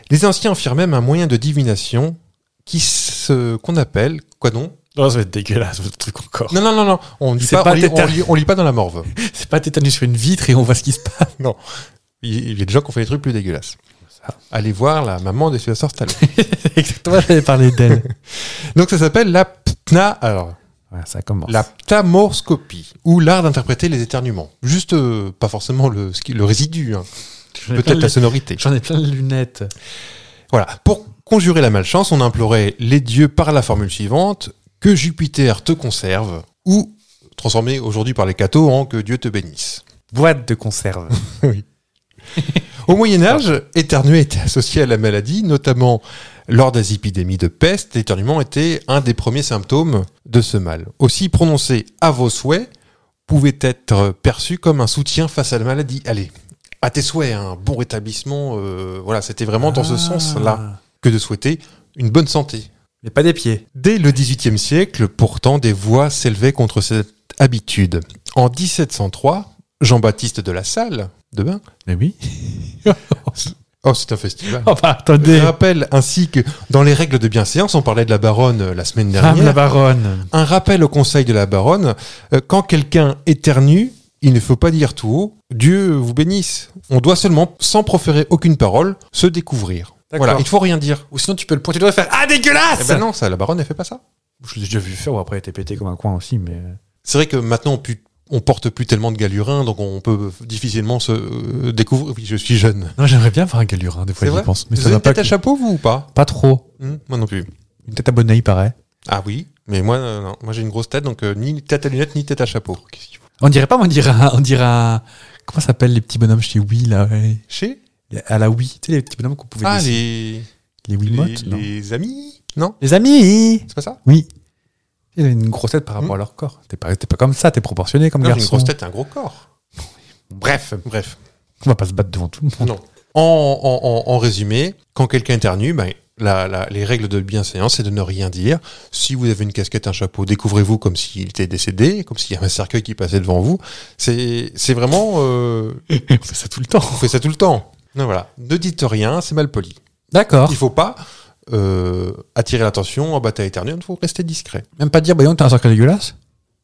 [SPEAKER 4] Les anciens firent même un moyen de divination qui se- qu'on appelle quoi donc
[SPEAKER 2] Non, Oh, ça va être dégueulasse, votre truc encore.
[SPEAKER 4] Non non non non, on lit
[SPEAKER 2] C'est
[SPEAKER 4] pas,
[SPEAKER 2] pas
[SPEAKER 4] on, lit,
[SPEAKER 2] tétan-
[SPEAKER 4] on lit- on lit pas dans la morve.
[SPEAKER 2] C'est pas tétanus sur une vitre et on voit ce qui se passe.
[SPEAKER 4] Il il y a des gens qui ont fait des trucs plus dégueulasses.
[SPEAKER 2] Ça.
[SPEAKER 4] Allez voir la maman des Sylvester Stallone.
[SPEAKER 2] Exactement, j'avais parlé d'elle.
[SPEAKER 4] Donc ça s'appelle la ptna alors
[SPEAKER 2] Ouais, ça commence.
[SPEAKER 4] la ptamoscopie ou l'art d'interpréter les éternuements. Juste euh, pas forcément le ce qui- le résidu hein.
[SPEAKER 2] J'en ai plein
[SPEAKER 4] peut-être
[SPEAKER 2] de-
[SPEAKER 4] la sonorité.
[SPEAKER 2] J'en ai plein de lunettes.
[SPEAKER 4] Voilà. Pour conjurer la malchance, on implorait les dieux par la formule suivante que Jupiter te conserve, ou transformé aujourd'hui par les cathos en que Dieu te bénisse.
[SPEAKER 2] Boîte de conserve.
[SPEAKER 4] Au Moyen Âge, éternuer était associé à la maladie, notamment lors des épidémies de peste. L'éternuement était un des premiers symptômes de ce mal. Aussi, prononcer à vos souhaits pouvait être perçu comme un soutien face à la maladie. Allez, à tes souhaits, un bon rétablissement. euh, voilà, c'était vraiment dans ce
[SPEAKER 2] Ah.
[SPEAKER 4] sens-là que de souhaiter une bonne santé.
[SPEAKER 2] Mais pas des pieds.
[SPEAKER 4] Dès le XVIIIe siècle, pourtant, des voix s'élevaient contre cette habitude. En 1703, Jean-Baptiste de la Salle, de Bain,
[SPEAKER 2] Mais oui.
[SPEAKER 4] oh c'est un festival,
[SPEAKER 2] Oh bah attendez.
[SPEAKER 4] rappelle ainsi que dans les règles de bienséance, on parlait de la baronne euh, la semaine
[SPEAKER 2] Femme Ah, la
[SPEAKER 4] dernière,
[SPEAKER 2] baronne.
[SPEAKER 4] un rappel au conseil de la baronne, euh, quand quelqu'un éternue, il ne faut pas dire tout haut, Dieu vous bénisse. On doit seulement, sans proférer aucune parole, se découvrir.
[SPEAKER 2] D'accord.
[SPEAKER 4] Voilà, il faut rien dire.
[SPEAKER 2] Ou sinon tu peux le pointer du doigt et faire Ah dégueulasse
[SPEAKER 4] Eh ben non, ça, la baronne, elle fait pas ça.
[SPEAKER 2] Je l'ai déjà vu faire, ou après elle était pétée comme un coin aussi, mais.
[SPEAKER 4] C'est vrai que maintenant, on, pu- on porte plus tellement de galurins, donc on peut difficilement se euh, découvrir. Oui, je suis jeune.
[SPEAKER 2] Non, j'aimerais bien avoir un galurin, des fois, j'y pense. Mais
[SPEAKER 4] Vous
[SPEAKER 2] ça
[SPEAKER 4] avez
[SPEAKER 2] va
[SPEAKER 4] une
[SPEAKER 2] pas.
[SPEAKER 4] tête à chapeau, vous, ou pas
[SPEAKER 2] Pas trop.
[SPEAKER 4] Hum, Moi non plus.
[SPEAKER 2] Une tête à bonnet, il paraît.
[SPEAKER 4] Ah oui, mais moi, euh, non. Moi, j'ai une grosse tête, donc euh, ni tête à lunettes, ni tête à chapeau.
[SPEAKER 2] Oh, On dirait pas, mais on dirait un. On dirait un- Comment ça s'appelle les petits bonhommes chez Wii, là ouais.
[SPEAKER 4] Chez
[SPEAKER 2] À la Wii. Tu sais, les petits bonhommes qu'on pouvait
[SPEAKER 4] Ah,
[SPEAKER 2] dessiner.
[SPEAKER 4] les...
[SPEAKER 2] Les
[SPEAKER 4] les,
[SPEAKER 2] Wiimotes, non.
[SPEAKER 4] les amis Non
[SPEAKER 2] Les amis
[SPEAKER 4] C'est pas ça
[SPEAKER 2] Oui. Ils avaient une grosse tête par rapport à leur corps. T'es pas, t'es pas comme ça, t'es proportionné comme
[SPEAKER 4] Non, j'ai
[SPEAKER 2] garçon.
[SPEAKER 4] une grosse tête et un gros corps. Bref, bref.
[SPEAKER 2] On va pas se battre devant tout le monde.
[SPEAKER 4] Non. En, en- en- en résumé, quand quelqu'un éternue, ben, la- la- les règles de bienséance, c'est de ne rien dire. Si vous avez une casquette, un chapeau, découvrez-vous comme s'il était décédé, comme s'il y avait un cercueil qui passait devant vous. C'est c'est vraiment... euh,
[SPEAKER 2] On fait ça tout le temps.
[SPEAKER 4] on fait ça tout le temps. Non, voilà. Ne dites rien, c'est mal poli.
[SPEAKER 2] D'accord.
[SPEAKER 4] Il faut pas euh, attirer l'attention, en bataille éternue, il faut rester discret.
[SPEAKER 2] Même pas dire, bah non, t'as un cercle dégueulasse.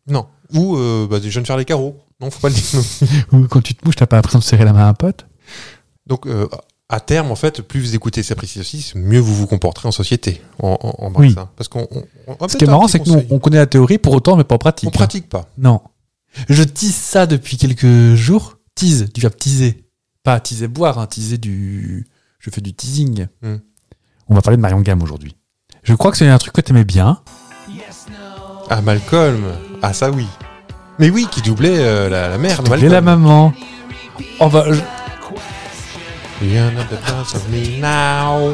[SPEAKER 4] Non. Ou euh, bah, je ne faire les carreaux. Non, faut pas le dire.
[SPEAKER 2] Ou quand tu te mouches, t'as pas l'impression de serrer la main à un pote.
[SPEAKER 4] Donc, euh, à terme, en fait, plus vous écoutez ces précisions, mieux vous vous comporterez en société. En, en, en
[SPEAKER 2] Oui.
[SPEAKER 4] ça. Parce qu'on. on- on- ah,
[SPEAKER 2] Ce
[SPEAKER 4] peut-être
[SPEAKER 2] qui est
[SPEAKER 4] un
[SPEAKER 2] marrant,
[SPEAKER 4] petit
[SPEAKER 2] c'est que nous,
[SPEAKER 4] conseil.
[SPEAKER 2] on connaît la théorie pour autant, mais pas en pratique. hein.
[SPEAKER 4] on pratique pas.
[SPEAKER 2] Non. Je tease ça depuis quelques jours. Tease, du verbe teaser. Pas teaser boire, hein, teaser du. Je fais du teasing.
[SPEAKER 4] Hmm.
[SPEAKER 2] On va parler de Marion Gamme aujourd'hui. Je crois que c'est un truc que t'aimais bien.
[SPEAKER 4] Ah, Malcolm. Ah, ça oui. Mais oui, qui doublait euh, la, la mère de
[SPEAKER 2] Quelle est
[SPEAKER 4] Malcolm.
[SPEAKER 2] la maman On va. je-
[SPEAKER 4] You're not the boss of me now.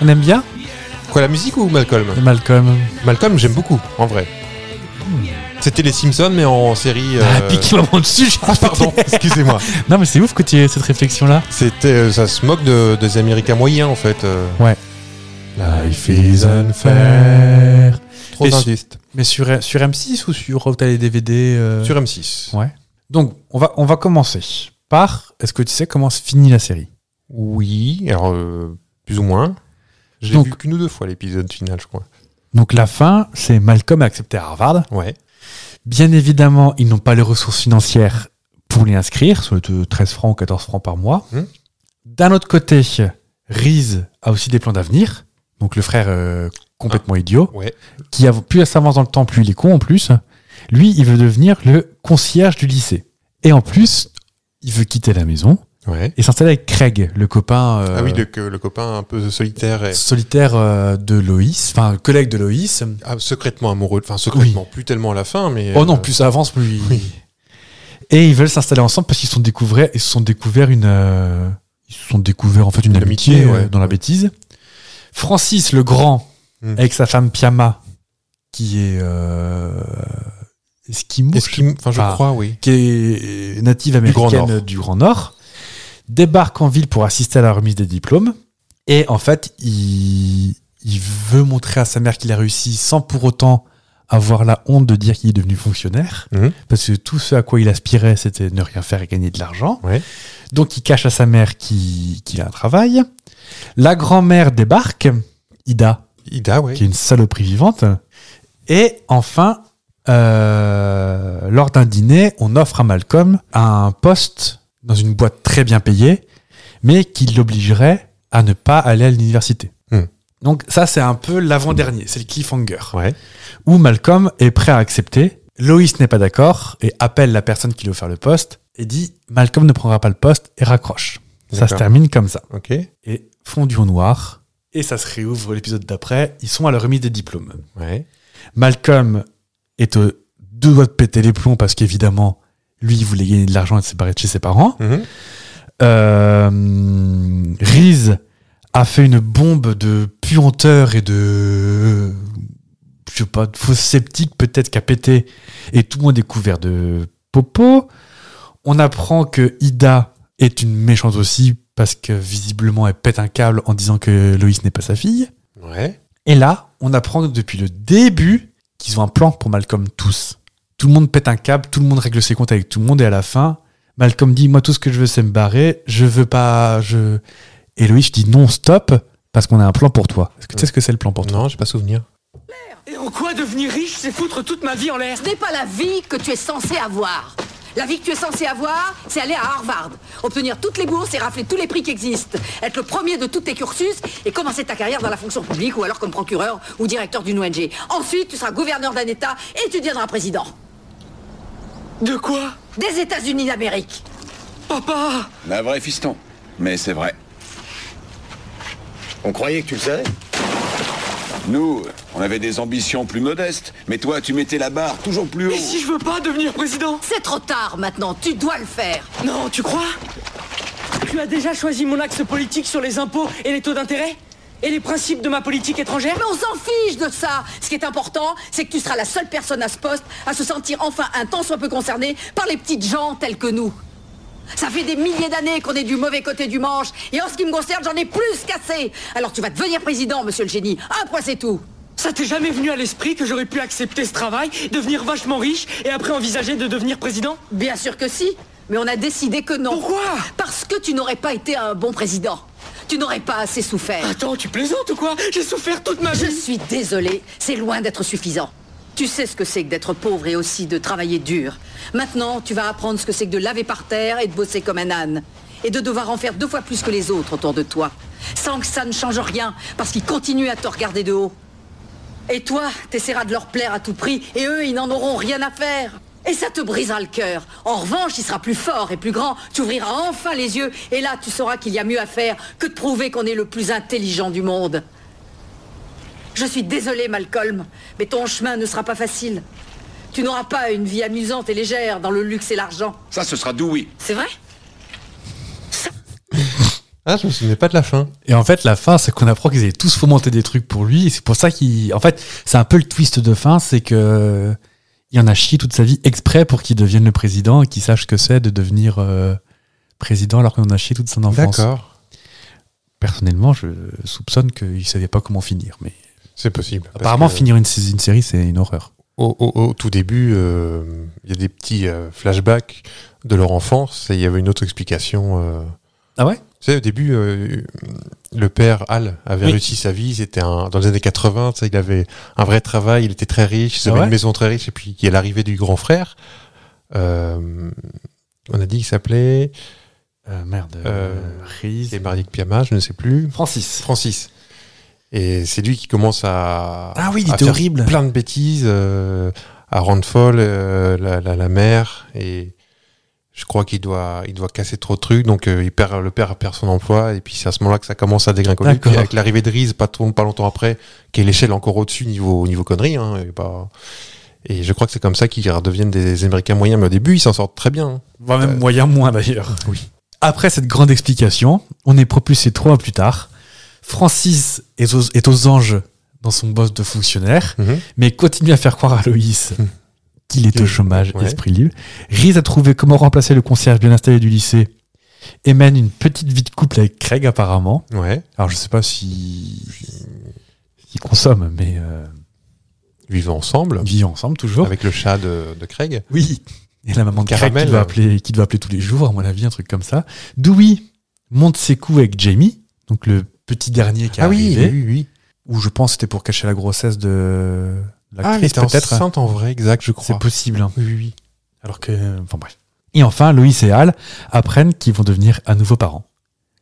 [SPEAKER 2] On aime bien
[SPEAKER 4] Quoi, la musique ou Malcolm
[SPEAKER 2] Malcolm.
[SPEAKER 4] Malcolm, j'aime beaucoup, en vrai. C'était les Simpsons, mais en série. euh,
[SPEAKER 2] Ah, pique maman dessus, j'ai
[SPEAKER 4] Ah, pardon, excusez-moi.
[SPEAKER 2] Non, mais c'est ouf que tu aies cette réflexion-là.
[SPEAKER 4] C'était, euh, ça se moque de- des Américains moyens, en fait. euh.
[SPEAKER 2] Ouais.
[SPEAKER 4] Life is unfair. Trop
[SPEAKER 2] Et su-
[SPEAKER 4] injuste.
[SPEAKER 2] Mais sur, sur M6 ou sur où t'as les DVD euh,
[SPEAKER 4] Sur M6.
[SPEAKER 2] Ouais. Donc, on va, on va commencer par. Est-ce que tu sais comment se finit la série
[SPEAKER 4] Oui, alors euh, plus ou moins. J'ai
[SPEAKER 2] Donc-
[SPEAKER 4] vu qu'une ou deux fois l'épisode final, je crois.
[SPEAKER 2] Donc, la fin, c'est Malcolm a accepté à Harvard.
[SPEAKER 4] Ouais.
[SPEAKER 2] Bien évidemment, ils n'ont pas les ressources financières pour les inscrire, soit de 13 euh, francs ou 14 francs par mois.
[SPEAKER 4] Hmm.
[SPEAKER 2] D'un autre côté, Reese a aussi des plans d'avenir. Donc, le frère euh, complètement idiot.
[SPEAKER 4] Ah. Ouais.
[SPEAKER 2] qui av- plus elle s'avance dans le temps, plus il est con en plus. Lui, il veut devenir le concierge du lycée. Et en plus, il veut quitter la maison
[SPEAKER 4] Ouais.
[SPEAKER 2] et s'installer avec Craig, le copain euh,
[SPEAKER 4] Ah oui, le, que- le copain un peu solitaire et
[SPEAKER 2] solitaire euh, de Loïs, enfin collègue de Loïs.
[SPEAKER 4] ah, secrètement amoureux. Enfin, secrètement, plus tellement à la fin, mais.
[SPEAKER 2] Oh
[SPEAKER 4] euh,
[SPEAKER 2] non, plus ça avance, plus. il- Et ils veulent s'installer ensemble parce qu'ils se sont découverts, ils se sont découverts une, euh, ils se sont découverts en fait une
[SPEAKER 4] Une
[SPEAKER 2] amitié,
[SPEAKER 4] amitié,
[SPEAKER 2] euh,
[SPEAKER 4] ouais.
[SPEAKER 2] dans la bêtise. Francis le grand
[SPEAKER 4] Hmm.
[SPEAKER 2] avec sa femme Piama, qui est euh, esquimau,
[SPEAKER 4] est-ce qu'il- Enfin, je
[SPEAKER 2] Ah.
[SPEAKER 4] crois, oui.
[SPEAKER 2] qui est native américaine
[SPEAKER 4] Grand Nord.
[SPEAKER 2] du Grand Nord, débarque en ville pour assister à la remise des diplômes. Et en fait, il, il veut montrer à sa mère qu'il a réussi sans pour autant avoir la honte de dire qu'il est devenu fonctionnaire.
[SPEAKER 4] Mhm.
[SPEAKER 2] Parce que tout ce à quoi il aspirait, c'était ne rien faire et gagner de l'argent.
[SPEAKER 4] Ouais.
[SPEAKER 2] Donc il cache à sa mère qu'il qu'il a un travail. La grand-mère débarque, Ida
[SPEAKER 4] Ida, Ah ouais.
[SPEAKER 2] qui est une saloperie vivante. Et enfin, euh, lors d'un dîner, on offre à Malcolm un poste dans une boîte très bien payée, mais qui l'obligerait à ne pas aller à l'université.
[SPEAKER 4] Hmm.
[SPEAKER 2] Donc ça, c'est un peu l'avant-dernier, c'est le cliffhanger,
[SPEAKER 4] Ouais.
[SPEAKER 2] où Malcolm est prêt à accepter. Loïs n'est pas d'accord et appelle la personne qui lui a offert le poste et dit Malcolm ne prendra pas le poste et raccroche. Ça se
[SPEAKER 4] D'accord.
[SPEAKER 2] termine comme ça
[SPEAKER 4] Ok.
[SPEAKER 2] et fondu en noir. Et ça se réouvre l'épisode d'après. Ils sont à la remise des diplômes.
[SPEAKER 4] Ouais.
[SPEAKER 2] Malcolm est aux deux doigts de péter les plombs parce qu'évidemment, lui, il voulait gagner de l'argent et se séparer de chez ses parents.
[SPEAKER 4] Mhm.
[SPEAKER 2] Euh, Reese a fait une bombe de puanteur et de. Je sais pas, de fausse sceptique peut-être qui a pété. Et tout le monde est couvert de popo. On apprend que Ida est une méchante aussi parce que visiblement elle pète un câble en disant que Loïs n'est pas sa fille.
[SPEAKER 4] Ouais.
[SPEAKER 2] Et là, on apprend depuis le début qu'ils ont un plan pour Malcolm tous. Tout le monde pète un câble, tout le monde règle ses comptes avec tout le monde, et à la fin, Malcolm dit Moi, tout ce que je veux, c'est me barrer, je veux pas. Je... Et Loïs dit Non, stop, parce qu'on a un plan pour toi. Est-ce que tu sais ce que c'est le plan pour toi
[SPEAKER 4] Non, j'ai pas souvenir.
[SPEAKER 6] Et en quoi devenir riche, c'est foutre toute ma vie en l'air
[SPEAKER 7] Ce n'est pas la vie que tu es censé avoir.
[SPEAKER 6] La vie que tu es censé avoir, c'est aller à Harvard, obtenir toutes les bourses et rafler tous les prix qui existent, être le premier de tous tes cursus et commencer ta carrière dans la fonction publique ou alors comme procureur ou directeur d'une ONG. Ensuite, tu seras gouverneur d'un État et tu deviendras président.
[SPEAKER 7] De quoi
[SPEAKER 6] Des États-Unis d'Amérique.
[SPEAKER 7] Papa
[SPEAKER 8] vrai fiston. Mais c'est vrai.
[SPEAKER 9] On croyait que tu le savais
[SPEAKER 8] Nous, on avait des ambitions plus modestes, mais toi, tu mettais la barre toujours plus
[SPEAKER 7] Et
[SPEAKER 8] haut.
[SPEAKER 7] si je veux pas devenir président
[SPEAKER 6] C'est trop tard maintenant, tu dois le faire.
[SPEAKER 7] Non, tu crois Tu as déjà choisi mon axe politique sur les impôts et les taux d'intérêt Et les principes de ma politique étrangère
[SPEAKER 6] Mais on s'en fiche de ça. Ce qui est important, c'est que tu seras la seule personne à ce poste à se sentir enfin un tant soit peu concernée par les petites gens tels que nous. Ça fait des milliers d'années qu'on est du mauvais côté du manche, et en ce qui me concerne, j'en ai plus qu'assez. Alors tu vas devenir président, monsieur le génie. Un point, c'est tout.
[SPEAKER 7] Ça t'est jamais venu à l'esprit que j'aurais pu accepter ce travail, devenir vachement riche et après envisager de devenir président
[SPEAKER 6] Bien sûr que si, mais on a décidé que non.
[SPEAKER 7] Pourquoi
[SPEAKER 6] Parce que tu n'aurais pas été un bon président. Tu n'aurais pas assez souffert.
[SPEAKER 7] Attends, tu plaisantes ou quoi J'ai souffert toute ma
[SPEAKER 6] Je
[SPEAKER 7] vie
[SPEAKER 6] suis désolée, c'est loin d'être suffisant. Tu sais ce que c'est que d'être pauvre et aussi de travailler dur. Maintenant, tu vas apprendre ce que c'est que de laver par terre et de bosser comme un âne. Et de devoir en faire deux fois plus que les autres autour de toi. Sans que ça ne change rien, parce qu'ils continuent à te regarder de haut. Et toi, t'essaieras de leur plaire à tout prix, et eux, ils n'en auront rien à faire. Et ça te brisera le cœur. En revanche, il sera plus fort et plus grand. Tu ouvriras enfin les yeux, et là, tu sauras qu'il y a mieux à faire que de prouver qu'on est le plus intelligent du monde. Je suis désolée, Malcolm, mais ton chemin ne sera pas facile. Tu n'auras pas une vie amusante et légère dans le luxe et l'argent.
[SPEAKER 8] Ça, ce sera Dewey.
[SPEAKER 6] C'est vrai
[SPEAKER 4] Ah, je me souvenais pas de la fin.
[SPEAKER 2] Et en fait, la fin, c'est qu'on apprend qu'ils avaient tous fomenté des trucs pour lui. Et c'est pour ça qu'il. En fait, c'est un peu le twist de fin, c'est que. Il en a chié toute sa vie exprès pour qu'il devienne le président et qu'il sache ce que c'est de devenir euh, président alors qu'on en a chié toute son enfance.
[SPEAKER 4] D'accord.
[SPEAKER 2] Personnellement, je soupçonne qu'il savait pas comment finir. Mais
[SPEAKER 4] C'est possible. Parce
[SPEAKER 2] apparemment,
[SPEAKER 4] que
[SPEAKER 2] finir une, sais- une série, c'est une horreur.
[SPEAKER 4] Au, au- au tout début, euh, il y a des petits euh, flashbacks de leur enfance et il y avait une autre explication. euh,
[SPEAKER 2] Ah ouais
[SPEAKER 4] Tu sais, au début, euh, le père Al avait
[SPEAKER 2] Oui.
[SPEAKER 4] réussi sa vie. C'était un, dans les années 80, tu sais, il avait un vrai travail, il était très riche, il
[SPEAKER 2] Ah
[SPEAKER 4] avait
[SPEAKER 2] ouais
[SPEAKER 4] une maison très riche. Et puis, il y a l'arrivée du grand frère. Euh, on a dit qu'il s'appelait.
[SPEAKER 2] Merde.
[SPEAKER 4] euh, Il est marié avec Piama, je ne sais plus.
[SPEAKER 2] Francis.
[SPEAKER 4] Francis. Et c'est lui qui commence à.
[SPEAKER 2] Ah oui, il
[SPEAKER 4] à
[SPEAKER 2] était
[SPEAKER 4] faire
[SPEAKER 2] horrible.
[SPEAKER 4] Plein de bêtises, euh, à rendre folle euh, la, la, la mère. Et je crois qu'il doit, il doit casser trop de trucs. Donc euh, il perd, le père perd son emploi. Et puis c'est à ce moment-là que ça commence à dégringoler.
[SPEAKER 2] D'accord.
[SPEAKER 4] Puis avec l'arrivée de Reese, pas, trop- pas longtemps après, qui est l'échelle encore au-dessus niveau, niveau conneries. hein, et, pas- et je crois que c'est comme ça qu'ils redeviennent des Américains moyens. Mais au début, ils s'en sortent très bien. hein.
[SPEAKER 2] Voire même
[SPEAKER 4] Euh,
[SPEAKER 2] moyen moins d'ailleurs. Oui. Après cette grande explication, on est propulsé trois mois plus tard. Francis est aux, est aux anges dans son boss de fonctionnaire,
[SPEAKER 4] Mhm.
[SPEAKER 2] mais continue à faire croire à Loïs
[SPEAKER 4] Mhm.
[SPEAKER 2] qu'il est au
[SPEAKER 4] Que-
[SPEAKER 2] chômage,
[SPEAKER 4] ouais.
[SPEAKER 2] esprit libre. Riz a trouvé comment remplacer le concierge bien installé du lycée et mène une petite vie de couple avec Craig apparemment.
[SPEAKER 4] Ouais.
[SPEAKER 2] Alors je sais pas si s'ils consomment, mais euh,
[SPEAKER 4] Ils vivent ensemble.
[SPEAKER 2] ils vivent ensemble toujours.
[SPEAKER 4] Bah, Avec le chat de, de Craig.
[SPEAKER 2] Oui. Et la maman de Craig qui
[SPEAKER 4] Caramel. euh.
[SPEAKER 2] doit, appeler, qui doit appeler tous les jours, à mon avis, un truc comme ça. Dewey monte ses coups avec Jamie, donc le petit dernier qui est arrivé,
[SPEAKER 4] Ah oui.
[SPEAKER 2] où je pense que c'était pour cacher la grossesse de
[SPEAKER 4] Ah, il
[SPEAKER 2] l'actrice,
[SPEAKER 4] était
[SPEAKER 2] peut-être.
[SPEAKER 4] enceinte en vrai, exact, je crois.
[SPEAKER 2] C'est possible. hein. Alors que, enfin bref. Et enfin, Loïs et Al apprennent qu'ils vont devenir à nouveau parents.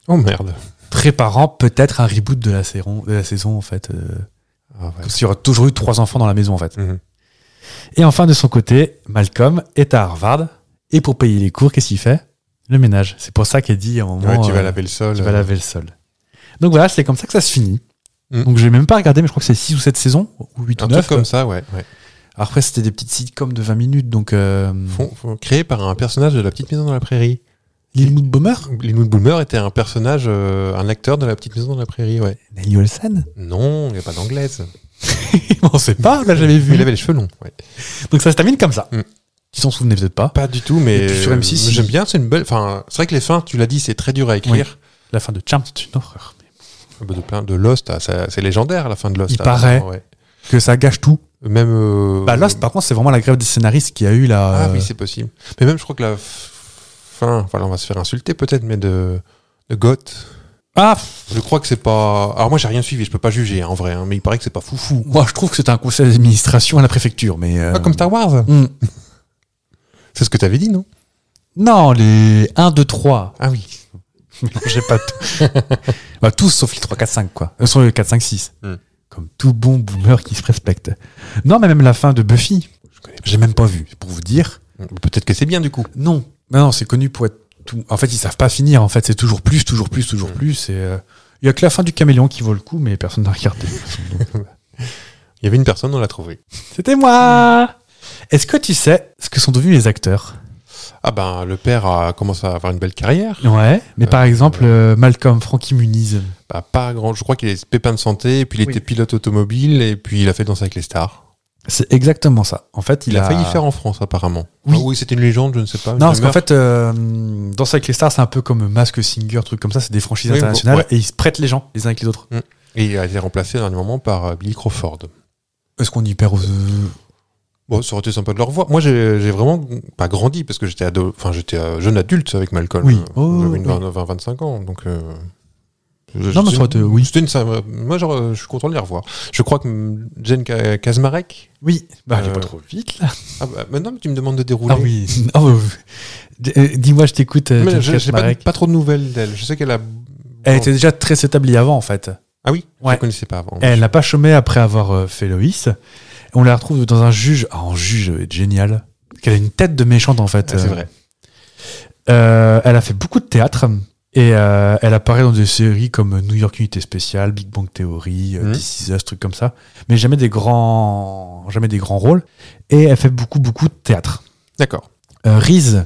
[SPEAKER 4] Oh merde.
[SPEAKER 2] Préparant peut-être un reboot de la saison, de la saison en fait. euh,
[SPEAKER 4] Ah, ouais.
[SPEAKER 2] Parce qu'il y aura toujours eu trois enfants dans la maison en fait.
[SPEAKER 4] Mhm.
[SPEAKER 2] Et enfin, de son côté, Malcolm est à Harvard. Et pour payer les cours, qu'est-ce qu'il fait Le ménage. C'est pour ça qu'elle dit à un moment.
[SPEAKER 4] Ouais, tu vas
[SPEAKER 2] euh,
[SPEAKER 4] laver le sol.
[SPEAKER 2] tu vas
[SPEAKER 4] euh,
[SPEAKER 2] laver le sol. Donc voilà, c'est comme ça que ça se finit.
[SPEAKER 4] Mhm.
[SPEAKER 2] Donc j'ai même pas regardé, mais je crois que c'est 6 ou 7 saisons, ou 8
[SPEAKER 4] Un
[SPEAKER 2] ou
[SPEAKER 4] truc
[SPEAKER 2] 9.
[SPEAKER 4] comme ça, ouais. ouais.
[SPEAKER 2] Après, c'était des petites sitcoms de 20 minutes, donc. Euh,
[SPEAKER 4] Fond- fond- créé par un personnage de La Petite Maison dans la Prairie.
[SPEAKER 2] Lilmout Bomer
[SPEAKER 4] Linwood Boomer était un personnage, euh, un acteur de La Petite Maison dans la Prairie, ouais.
[SPEAKER 2] Nelly Olsen
[SPEAKER 4] Non, il n'y a pas d'anglaise.
[SPEAKER 2] On sait pas, on l'a jamais vu.
[SPEAKER 4] Il avait les cheveux longs. ouais.
[SPEAKER 2] Donc ça se termine comme ça.
[SPEAKER 4] Mhm.
[SPEAKER 2] Tu t'en souvenais peut-être pas.
[SPEAKER 4] Pas du tout, mais
[SPEAKER 2] Et puis sur M6,
[SPEAKER 4] euh,
[SPEAKER 2] il-
[SPEAKER 4] j'aime bien. C'est une belle. Enfin, c'est vrai que les fins, tu l'as dit, c'est très dur à écrire. bah,
[SPEAKER 2] La fin de Charmed, c'est une horreur.
[SPEAKER 4] De plein de Lost, ah, ça- c'est légendaire la fin de Lost.
[SPEAKER 2] Il
[SPEAKER 4] ah,
[SPEAKER 2] paraît.
[SPEAKER 4] vraiment, ouais.
[SPEAKER 2] Que ça gâche tout.
[SPEAKER 4] Même. euh,
[SPEAKER 2] Bah Lost, euh, par contre, c'est vraiment la grève des scénaristes qui a eu la.
[SPEAKER 4] Ah oui, c'est possible. Mais même, je crois que la f- fin, voilà, on va se faire insulter peut-être, mais de, de Goth.
[SPEAKER 2] Ah,
[SPEAKER 4] Je crois que c'est pas. Alors moi, j'ai rien suivi, je peux pas juger hein, en vrai, hein, mais il paraît que c'est pas foufou.
[SPEAKER 2] moi je trouve que c'est un conseil d'administration à la préfecture, mais. euh,
[SPEAKER 4] Pas comme Star Wars.
[SPEAKER 2] hmm.
[SPEAKER 4] C'est ce que t'avais dit, non
[SPEAKER 2] Non, les 1, 2, 3.
[SPEAKER 4] Ah oui.
[SPEAKER 2] Non, j'ai pas tout. Bah, tous sauf les 3, 4, 5, quoi. Euh, sauf les 4, 5, 6.
[SPEAKER 4] Hmm.
[SPEAKER 2] Comme tout bon boomer qui se respecte. Non, mais même la fin de Buffy, je connais- j'ai même pas vu. C'est Pour vous dire,
[SPEAKER 4] Peut-être que c'est bien du coup.
[SPEAKER 2] non. Non, non, c'est connu pour être tout. En fait, ils savent pas finir. En fait, c'est toujours plus, toujours plus, toujours plus. Et, euh, Il y a que la fin du caméléon qui vaut le coup, mais personne n'a regardé.
[SPEAKER 4] Il y avait une personne, on l'a trouvée.
[SPEAKER 2] C'était moi Mmh. Est-ce que tu sais ce que sont devenus les acteurs
[SPEAKER 4] Ah ben, le père a commencé à avoir une belle carrière.
[SPEAKER 2] Ouais, mais par
[SPEAKER 4] Euh,
[SPEAKER 2] exemple, euh, Malcolm, Frankie Muniz.
[SPEAKER 4] Bah, pas grand. Je crois qu'il est pépin de santé, et puis il
[SPEAKER 2] Oui.
[SPEAKER 4] était pilote automobile, et puis il a fait danser avec les stars.
[SPEAKER 2] C'est exactement ça. En fait, il,
[SPEAKER 4] Il a failli faire en France, apparemment.
[SPEAKER 2] Oui.
[SPEAKER 4] Ah oui, c'était une légende, je ne sais pas.
[SPEAKER 2] Non, parce qu'en fait, euh, Danse avec les stars, c'est un peu comme Mask Singer, truc comme ça, c'est des franchises
[SPEAKER 4] Oui, bon,
[SPEAKER 2] internationales
[SPEAKER 4] ouais.
[SPEAKER 2] et ils se prêtent les gens les uns avec les autres.
[SPEAKER 4] Et il a été remplacé au dernier moment par euh, Billy Crawford.
[SPEAKER 2] Est-ce qu'on y perd euh, aux.
[SPEAKER 4] Bon, ça aurait été sympa de le revoir. Moi, j'ai j'ai vraiment pas grandi parce que j'étais ado- enfin, j'étais euh, jeune adulte avec Malcolm.
[SPEAKER 2] Oui.
[SPEAKER 4] Euh,
[SPEAKER 2] Oh,
[SPEAKER 4] J'avais une
[SPEAKER 2] oui.
[SPEAKER 4] 20, 20, 25 ans, donc. euh, je-
[SPEAKER 2] Non, mais ça aurait été- oui.
[SPEAKER 4] c'était une sim- Moi, genre, euh, je suis content de les revoir. Je crois que mm, Jane Ka- Kazmarek.
[SPEAKER 2] Oui, bah,
[SPEAKER 4] Euh,
[SPEAKER 2] allez pas trop vite là.
[SPEAKER 4] Ah, bah, maintenant, tu me demandes de dérouler.
[SPEAKER 2] Ah oui, Ah, bah, oui. Euh, dis-moi, je t'écoute. euh,
[SPEAKER 4] Mais
[SPEAKER 2] John
[SPEAKER 4] je- j'ai pas,
[SPEAKER 2] Kaczmarek.
[SPEAKER 4] pas trop de nouvelles d'elle. Je sais qu'elle a.
[SPEAKER 2] Elle était déjà très établie avant en fait.
[SPEAKER 4] Ah oui, je
[SPEAKER 2] Ouais.
[SPEAKER 4] la connaissais pas avant.
[SPEAKER 2] Elle n'a pas chômé après avoir euh, fait Loïs. On la retrouve dans un juge. Ah, en juge, elle est géniale. Qu'elle a une tête de méchante en fait.
[SPEAKER 4] Ah, c'est
[SPEAKER 2] Euh,
[SPEAKER 4] vrai.
[SPEAKER 2] Euh, elle a fait beaucoup de théâtre et euh, elle apparaît dans des séries comme New York Unité Spéciale, Big Bang Theory, euh,
[SPEAKER 4] Mhm.
[SPEAKER 2] This Is Us, trucs comme ça, mais jamais des grands, jamais des grands rôles. Et elle fait beaucoup, beaucoup de théâtre.
[SPEAKER 4] D'accord.
[SPEAKER 2] Euh, Reese,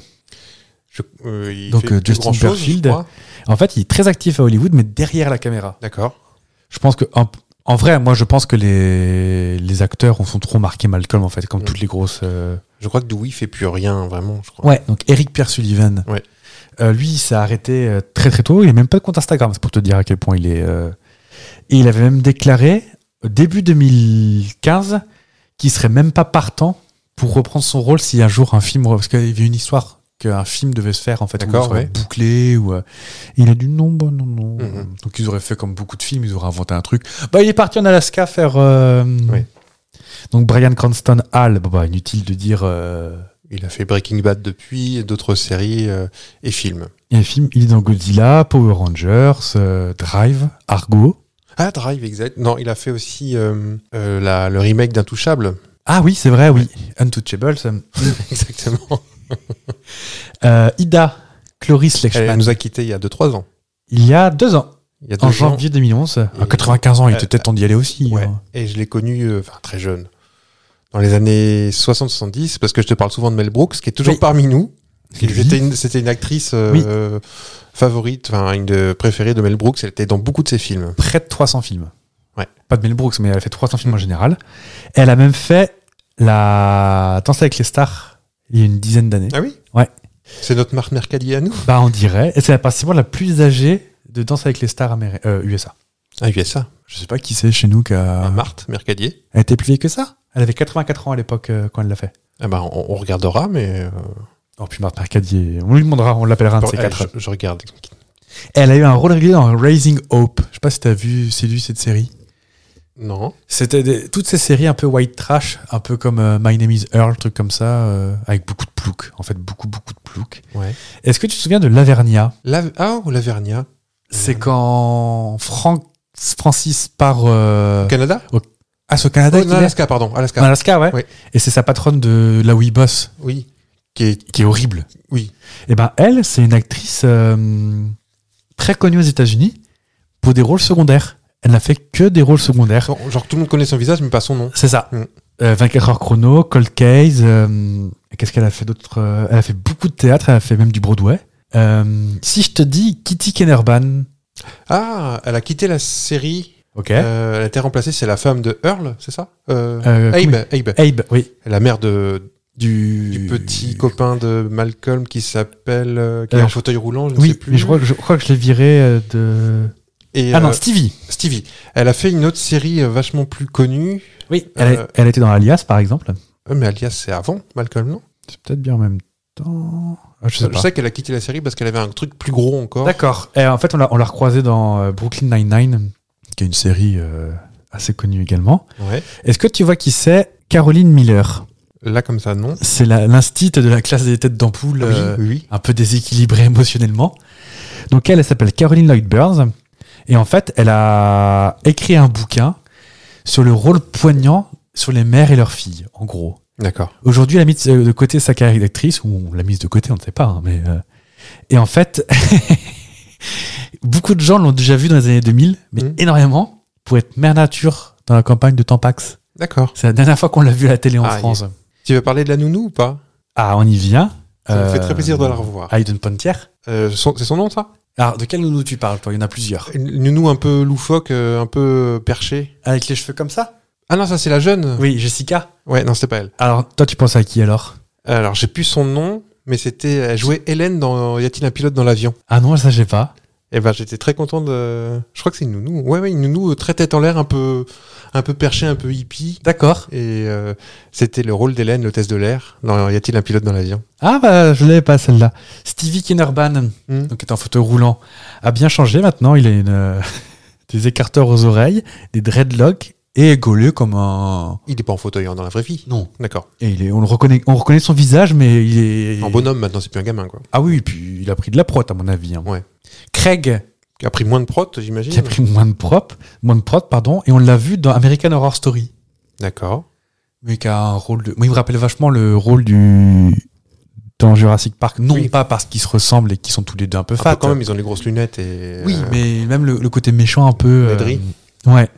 [SPEAKER 4] Je- euh, il
[SPEAKER 2] Donc,
[SPEAKER 4] fait
[SPEAKER 2] euh,
[SPEAKER 4] plus
[SPEAKER 2] Justin
[SPEAKER 4] grand-chose, je
[SPEAKER 2] Berfield.
[SPEAKER 4] crois.
[SPEAKER 2] en fait, il est très actif à Hollywood, mais derrière la caméra.
[SPEAKER 4] D'accord.
[SPEAKER 2] Je pense que, en, en vrai, moi, je pense que les, les acteurs ont sont trop marqués Malcolm, en fait, comme
[SPEAKER 4] Mhm.
[SPEAKER 2] toutes les grosses. euh,
[SPEAKER 4] Je crois que Dewey fait plus rien, vraiment, je crois.
[SPEAKER 2] Ouais, donc Eric Pierre Sullivan.
[SPEAKER 4] Ouais.
[SPEAKER 2] Euh, lui, il s'est arrêté euh, très très tôt. Il n'a même pas de compte Instagram, c'est pour te dire à quel point il est. euh, Et il avait même déclaré, au début 2015, qu'il serait même pas partant pour reprendre son rôle si un jour un film. Parce qu'il y avait une histoire qu'un film devait se faire, en fait, où il
[SPEAKER 4] D'accord,
[SPEAKER 2] serait
[SPEAKER 4] ouais.
[SPEAKER 2] bouclé. Ou, euh, il a dit non, bah, non, non.
[SPEAKER 4] Mhm.
[SPEAKER 2] Donc ils auraient fait comme beaucoup de films, ils auraient inventé un truc. Bah, il est parti en Alaska faire. euh,
[SPEAKER 4] Ouais.
[SPEAKER 2] Donc Brian Cranston Hall, bah, bah, inutile de dire. euh,
[SPEAKER 4] Il a fait Breaking Bad depuis, et d'autres séries euh, et films.
[SPEAKER 2] Il y a un film, il est dans Godzilla, Power Rangers, euh, Drive, Argo.
[SPEAKER 4] Ah, Drive, exact. Non, il a fait aussi euh, euh, la- le remake d'Intouchable.
[SPEAKER 2] Ah oui, c'est vrai, oui. Untouchables. euh,
[SPEAKER 4] Exactement.
[SPEAKER 2] euh, Ida, Cloris
[SPEAKER 4] Elle
[SPEAKER 2] Lechman.
[SPEAKER 4] nous a quittés il y a 2-3 ans.
[SPEAKER 2] Il y a deux ans,
[SPEAKER 4] Il y a deux
[SPEAKER 2] en
[SPEAKER 4] ans.
[SPEAKER 2] janvier 2011. À
[SPEAKER 4] Et-
[SPEAKER 2] 95 ans, il
[SPEAKER 4] Euh,
[SPEAKER 2] était peut-être temps d'y aller aussi.
[SPEAKER 4] Ouais.
[SPEAKER 2] hein.
[SPEAKER 4] Et je l'ai connu euh, enfin, très jeune. Dans les années 60-70, parce que je te parle souvent de Mel Brooks, qui est toujours
[SPEAKER 2] Oui.
[SPEAKER 4] parmi nous.
[SPEAKER 2] Oui.
[SPEAKER 4] C'était une, c'était une actrice euh, favorite, enfin une de, préférée de Mel Brooks. Elle était dans beaucoup de ses films.
[SPEAKER 2] Près de 300 films.
[SPEAKER 4] Ouais.
[SPEAKER 2] Pas de Mel Brooks, mais elle a fait 300 films en général. Elle a même fait la Danse avec les stars il y a une dizaine d'années.
[SPEAKER 4] Ah oui
[SPEAKER 2] Ouais.
[SPEAKER 4] C'est notre Marc Mercadier à nous.
[SPEAKER 2] Bah, on dirait. Et c'est la participante la plus âgée de Danse avec les stars améri- euh, USA.
[SPEAKER 4] Ah, USA.
[SPEAKER 2] Je sais pas qui c'est chez nous qui a.
[SPEAKER 4] Ah, Marthe Mercadier.
[SPEAKER 2] Elle était plus vieille que ça Elle avait 84 ans à l'époque euh, quand elle l'a fait.
[SPEAKER 4] Ah bah, on, on regardera, mais euh,
[SPEAKER 2] Oh, puis Marthe Mercadier, on lui demandera, on l'appellera un de
[SPEAKER 4] bon,
[SPEAKER 2] ces
[SPEAKER 4] eh,
[SPEAKER 2] quatre.
[SPEAKER 4] je, je regarde.
[SPEAKER 2] Elle a eu un rôle régulier dans Raising Hope. Je sais pas si t'as vu, séduit cette série.
[SPEAKER 4] Non.
[SPEAKER 2] C'était des- toutes ces séries un peu white trash, un peu comme euh, My Name is Earl, truc comme ça, euh, avec beaucoup de plouc. En fait, beaucoup, beaucoup de plouc.
[SPEAKER 4] Ouais.
[SPEAKER 2] Est-ce que tu te souviens de Lavernia
[SPEAKER 4] La, ah, ou Lavernia.
[SPEAKER 2] C'est quand Frank, Francis part euh,
[SPEAKER 4] Au Canada
[SPEAKER 2] ah, c'est au Canada
[SPEAKER 4] Oh,
[SPEAKER 2] qu'il
[SPEAKER 4] non,
[SPEAKER 2] est
[SPEAKER 4] Alaska, pardon. Alaska.
[SPEAKER 2] En Alaska, ouais.
[SPEAKER 4] Oui.
[SPEAKER 2] Et c'est sa patronne de là où il bosse,
[SPEAKER 4] Oui. Qui est-
[SPEAKER 2] qui est horrible.
[SPEAKER 4] Oui.
[SPEAKER 2] Et ben elle, c'est une actrice euh, très connue aux États-Unis pour des rôles secondaires. Elle n'a fait que des rôles secondaires.
[SPEAKER 4] Genre, genre, tout le monde connaît son visage, mais pas son nom.
[SPEAKER 2] C'est ça.
[SPEAKER 4] Mm.
[SPEAKER 2] Euh, 24 heures chrono, Cold Case. euh, Qu'est-ce qu'elle a fait d'autre Euh, Elle a fait beaucoup de théâtre. Elle a fait même du Broadway. Euh, si je te dis Kitty Kennerban,
[SPEAKER 4] Ah, elle a quitté la série.
[SPEAKER 2] ok.
[SPEAKER 4] Euh, elle a été remplacée, c'est la femme de Earl, c'est ça euh,
[SPEAKER 2] Euh,
[SPEAKER 4] Abe,
[SPEAKER 2] comment-
[SPEAKER 4] Abe.
[SPEAKER 2] Abe, oui.
[SPEAKER 4] La mère de,
[SPEAKER 2] Du,
[SPEAKER 4] du petit copain de Malcolm qui s'appelle. euh, qui
[SPEAKER 2] Euh,
[SPEAKER 4] est en
[SPEAKER 2] je-
[SPEAKER 4] fauteuil roulant, je ne sais
[SPEAKER 2] Oui,
[SPEAKER 4] plus.
[SPEAKER 2] mais je crois que je, crois que je l'ai viré euh, de.
[SPEAKER 4] Et,
[SPEAKER 2] ah
[SPEAKER 4] euh,
[SPEAKER 2] non, Stevie.
[SPEAKER 4] Stevie. Elle a fait une autre série euh, vachement plus connue.
[SPEAKER 2] Oui. Elle,
[SPEAKER 4] euh,
[SPEAKER 2] a, elle était dans Alias, par exemple.
[SPEAKER 4] Euh, mais Alias, c'est avant Malcolm, non
[SPEAKER 2] C'est peut-être bien en même temps. Ah, je sais
[SPEAKER 4] Je
[SPEAKER 2] pas.
[SPEAKER 4] sais qu'elle a quitté la série parce qu'elle avait un truc plus gros encore.
[SPEAKER 2] D'accord. Et euh, en fait, on l'a, on l'a recroisé dans euh, Brooklyn Nine-Nine, qui est une série euh, assez connue également.
[SPEAKER 4] Ouais.
[SPEAKER 2] Est-ce que tu vois qui c'est Caroline Miller
[SPEAKER 4] Là, comme ça, non.
[SPEAKER 2] C'est la- l'instit de la classe des têtes d'ampoule, euh,
[SPEAKER 4] Ah oui, oui.
[SPEAKER 2] un peu déséquilibrée émotionnellement. Donc elle, elle s'appelle Caroline Lloyd Burns. Et en fait, elle a écrit un bouquin sur le rôle poignant sur les mères et leurs filles, en gros.
[SPEAKER 4] D'accord.
[SPEAKER 2] Aujourd'hui, elle a mis de de côté sa carrière d'actrice, ou on l'a mise de côté, on ne sait pas. hein, mais euh, Et en fait, beaucoup de gens l'ont déjà vu dans les années 2000, mais
[SPEAKER 4] Mhm.
[SPEAKER 2] énormément, pour être mère nature dans la campagne de Tampax.
[SPEAKER 4] D'accord.
[SPEAKER 2] C'est la dernière fois qu'on l'a vu à la télé en
[SPEAKER 4] Ah,
[SPEAKER 2] France.
[SPEAKER 4] Tu veux parler de la nounou ou pas
[SPEAKER 2] Ah, on y vient. Euh,
[SPEAKER 4] Ça me fait très plaisir de la revoir.
[SPEAKER 2] Hayden Pontier.
[SPEAKER 4] Euh, son- C'est son nom, ça
[SPEAKER 2] Alors, de quelle nounou tu parles, toi Il y en a plusieurs.
[SPEAKER 4] Une nounou un peu loufoque, euh, un peu perchée.
[SPEAKER 2] Avec les cheveux comme ça
[SPEAKER 4] Ah non, ça, c'est la jeune.
[SPEAKER 2] Oui, Jessica.
[SPEAKER 4] Ouais, non, c'était pas elle.
[SPEAKER 2] Alors, toi, tu penses à qui alors
[SPEAKER 4] Alors, j'ai plus son nom, mais c'était. Elle jouait Hélène dans Y a-t-il un pilote dans l'avion
[SPEAKER 2] Ah non, ça, je sais pas.
[SPEAKER 4] Eh ben, j'étais très content de. Je crois que c'est une nounou. Ouais, ouais, une nounou euh, très tête en l'air, un peu, un peu perché, un peu hippie.
[SPEAKER 2] D'accord.
[SPEAKER 4] Et euh, c'était le rôle d'Hélène, l'hôtesse de l'air. Non, y a-t-il un pilote dans l'avion
[SPEAKER 2] Ah bah, je l'avais pas, celle-là. Stevie Kinnerban,
[SPEAKER 4] Hmm.
[SPEAKER 2] donc, qui est en fauteuil roulant, a bien changé maintenant. Il a une, euh, des écarteurs aux oreilles, des dreadlocks, et est gaulé comme un...
[SPEAKER 4] Il est pas en fauteuil hein, dans la vraie vie.
[SPEAKER 2] Non.
[SPEAKER 4] D'accord.
[SPEAKER 2] Et il est, on, le reconnaît, on reconnaît son visage, mais il est...
[SPEAKER 4] En bonhomme maintenant, c'est plus un gamin quoi.
[SPEAKER 2] Ah oui, et puis il a pris de la prot, à mon avis. hein.
[SPEAKER 4] Ouais.
[SPEAKER 2] Craig,
[SPEAKER 4] Qui a pris moins de prot, j'imagine.
[SPEAKER 2] qui a pris moins de prop, moins de prod, pardon, et on l'a vu dans American Horror Story.
[SPEAKER 4] D'accord.
[SPEAKER 2] Mais qui a un rôle de. Moi, il me rappelle vachement le rôle du. Dans Jurassic Park. Non
[SPEAKER 4] Oui.
[SPEAKER 2] pas parce qu'ils se ressemblent et qu'ils sont tous les deux un peu
[SPEAKER 4] Enfin,
[SPEAKER 2] fat.
[SPEAKER 4] quand même, ils ont des grosses lunettes et.
[SPEAKER 2] oui,
[SPEAKER 4] euh,
[SPEAKER 2] mais même le, le côté méchant un peu. euh,
[SPEAKER 4] Nedry.
[SPEAKER 2] ouais.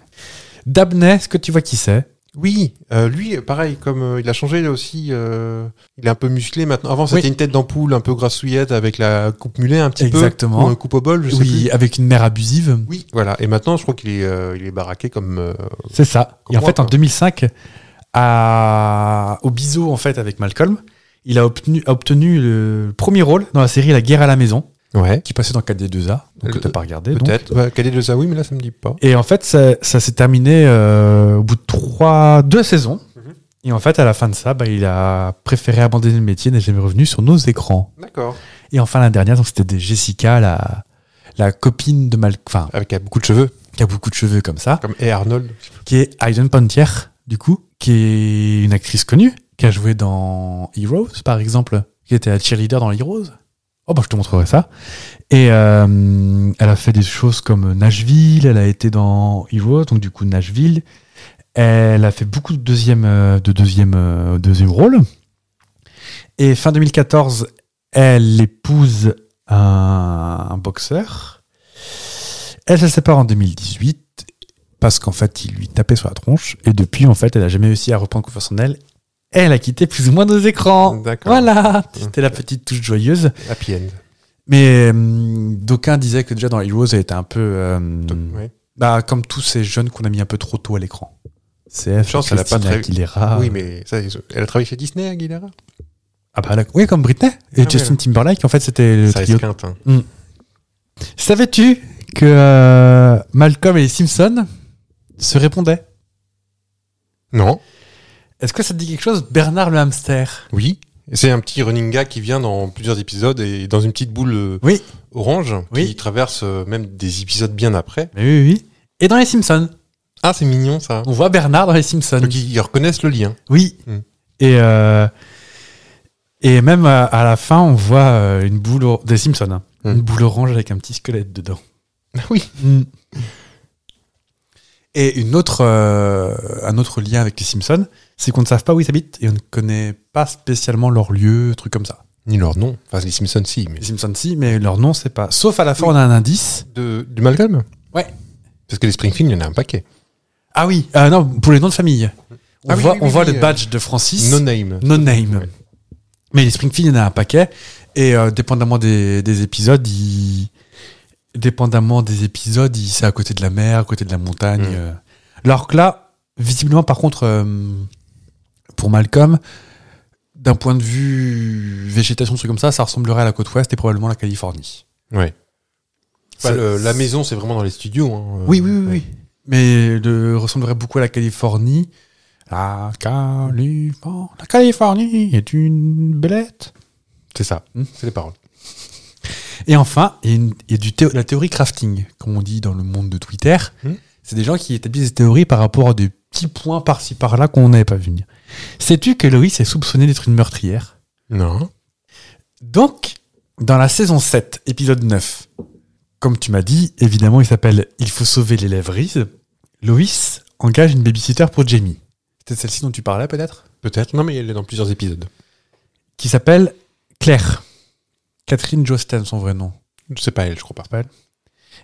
[SPEAKER 2] Dabney, est-ce que tu vois qui c'est
[SPEAKER 4] Oui, euh, lui, pareil, comme euh, il a changé là aussi, euh, il est un peu musclé maintenant. Avant, c'était
[SPEAKER 2] Oui.
[SPEAKER 4] une tête d'ampoule un peu grassouillette avec la coupe mulet un petit peu.
[SPEAKER 2] Exactement.
[SPEAKER 4] Ou un coupe au bol, je sais
[SPEAKER 2] Oui,
[SPEAKER 4] plus. Euh,
[SPEAKER 2] avec une mère abusive.
[SPEAKER 4] Oui, voilà. Et maintenant, je crois qu'il est, euh, il est baraqué comme. euh,
[SPEAKER 2] C'est ça.
[SPEAKER 4] Comme
[SPEAKER 2] et en
[SPEAKER 4] moi,
[SPEAKER 2] fait, en
[SPEAKER 4] quoi.
[SPEAKER 2] 2005, à... au biseau, en fait, avec Malcolm, il a obtenu, a obtenu le premier rôle dans la série La guerre à la maison,
[SPEAKER 4] Ouais.
[SPEAKER 2] qui passait dans 4D2A, donc que
[SPEAKER 4] Le-
[SPEAKER 2] t'as pas regardé. donc.
[SPEAKER 4] Euh, Peut-être. Bah, Cadet de Zawi, mais là, ça me dit pas.
[SPEAKER 2] Et en fait, ça, ça s'est terminé euh, au bout de trois, deux saisons.
[SPEAKER 4] Mhm.
[SPEAKER 2] Et en fait, à la fin de ça, bah, il a préféré abandonner le métier, n'est jamais revenu sur nos écrans.
[SPEAKER 4] D'accord.
[SPEAKER 2] Et enfin, la dernière, donc c'était des Jessica, la, la copine de Malcolm, enfin,
[SPEAKER 4] Avec euh, beaucoup de cheveux,
[SPEAKER 2] qui a beaucoup de cheveux comme ça,
[SPEAKER 4] comme et Arnold.
[SPEAKER 2] qui est Hayden Pantier, du coup, qui est une actrice connue, qui a joué dans Heroes, par exemple, qui était la cheerleader dans Heroes. Oh, bah, je te montrerai ça. Et euh, elle a fait des choses comme Nashville, elle a été dans Heroes, donc du coup, Nashville. Elle a fait beaucoup de deuxième, euh, de deuxième, euh, deuxième rôle. Et fin 2014, elle épouse un, un boxeur. Elle se sépare en 2018 parce qu'en fait, il lui tapait sur la tronche. Et depuis, en fait, elle n'a jamais réussi à reprendre confiance en elle. Elle a quitté plus ou moins nos écrans.
[SPEAKER 4] D'accord.
[SPEAKER 2] Voilà, c'était la petite touche joyeuse.
[SPEAKER 4] Happy End.
[SPEAKER 2] Mais hum, d'aucuns disaient que déjà dans Heroes, elle était un peu. euh,
[SPEAKER 4] Ouais.
[SPEAKER 2] bah, comme tous ces jeunes qu'on a mis un peu trop tôt à l'écran. CF,
[SPEAKER 4] Chance, elle a pas
[SPEAKER 2] Christina
[SPEAKER 4] très-
[SPEAKER 2] Aguilera.
[SPEAKER 4] Oui, mais ça, elle a travaillé chez Disney, Aguilera.
[SPEAKER 2] Ah bah, elle a- oui, comme Britney et
[SPEAKER 4] Ah
[SPEAKER 2] Justin
[SPEAKER 4] oui,
[SPEAKER 2] Timberlake. En fait, c'était le
[SPEAKER 4] Ça
[SPEAKER 2] trio.
[SPEAKER 4] esquinte. hein.
[SPEAKER 2] Savais-tu que euh, Malcolm et les Simpsons se répondaient
[SPEAKER 4] Non.
[SPEAKER 2] Est-ce que ça te dit quelque chose, Bernard le hamster
[SPEAKER 4] Oui. C'est un petit running gag qui vient dans plusieurs épisodes et dans une petite boule euh,
[SPEAKER 2] Oui.
[SPEAKER 4] orange
[SPEAKER 2] Oui.
[SPEAKER 4] qui traverse euh, même des épisodes bien après.
[SPEAKER 2] Oui, oui, oui. Et dans les Simpsons,
[SPEAKER 4] Ah, c'est mignon ça.
[SPEAKER 2] on voit Bernard dans les Simpsons.
[SPEAKER 4] Donc ils ils reconnaissent le lien.
[SPEAKER 2] Oui.
[SPEAKER 4] Mm.
[SPEAKER 2] Et, euh, et même à, à la fin, on voit euh, une boule or- des Simpsons, hein.
[SPEAKER 4] Mm.
[SPEAKER 2] une boule orange avec un petit squelette dedans.
[SPEAKER 4] Ah oui.
[SPEAKER 2] Mm. Et une autre, euh, un autre lien avec les Simpsons, c'est qu'on ne savent pas où ils habitent et on ne connaît pas spécialement leur lieu, truc comme ça.
[SPEAKER 4] Ni leur nom. Enfin, les Simpsons, si. Mais...
[SPEAKER 2] Les Simpsons, si, mais leur nom, c'est pas. Sauf à la fin, on a un indice.
[SPEAKER 4] De, du Malcolm
[SPEAKER 2] Ouais.
[SPEAKER 4] Parce que les Springfield, il y en a un paquet.
[SPEAKER 2] Ah oui, euh, non, pour les noms de famille. On
[SPEAKER 4] Ah oui,
[SPEAKER 2] voit,
[SPEAKER 4] oui,
[SPEAKER 2] on
[SPEAKER 4] oui,
[SPEAKER 2] voit
[SPEAKER 4] oui,
[SPEAKER 2] le
[SPEAKER 4] euh,
[SPEAKER 2] badge de Francis.
[SPEAKER 4] No name.
[SPEAKER 2] No name. Mais les Springfield, il y en a un paquet. Et euh, dépendamment des, des épisodes, ils... dépendamment des épisodes, ils- c'est à côté de la mer, à côté de la montagne.
[SPEAKER 4] Mm.
[SPEAKER 2] euh. Alors que là, visiblement, par contre, euh, pour Malcolm, d'un point de vue végétation, truc comme ça, ça ressemblerait à la côte ouest et probablement la Californie.
[SPEAKER 4] Ouais. Enfin,
[SPEAKER 2] Ça-
[SPEAKER 4] Bah, le- la maison, c'est vraiment dans les studios. hein.
[SPEAKER 2] Oui, oui, oui,
[SPEAKER 4] Ouais.
[SPEAKER 2] oui. Mais le, ressemblerait beaucoup à la Californie. La Californie, la Californie est une belette.
[SPEAKER 4] C'est ça.
[SPEAKER 2] Hmm.
[SPEAKER 4] C'est les paroles.
[SPEAKER 2] Et enfin, il y a, une- il y a du théo- la théorie crafting, comme on dit dans le monde de Twitter.
[SPEAKER 4] Hmm.
[SPEAKER 2] C'est des gens qui établissent des théories par rapport à des petits points par-ci par-là qu'on n'avait pas vu venir. Sais-tu que Loïs est soupçonnée d'être une meurtrière
[SPEAKER 4] Non.
[SPEAKER 2] Donc, dans la saison 7, épisode 9, comme tu m'as dit, évidemment, il s'appelle Il faut sauver l'élève Reese. Loïs engage une babysitter pour Jamie. C'était celle-ci dont tu parlais peut-être
[SPEAKER 4] Peut-être. Non, mais elle est dans plusieurs épisodes.
[SPEAKER 2] Qui s'appelle Claire. Catherine Josten, son vrai nom.
[SPEAKER 4] C'est pas elle, je crois pas.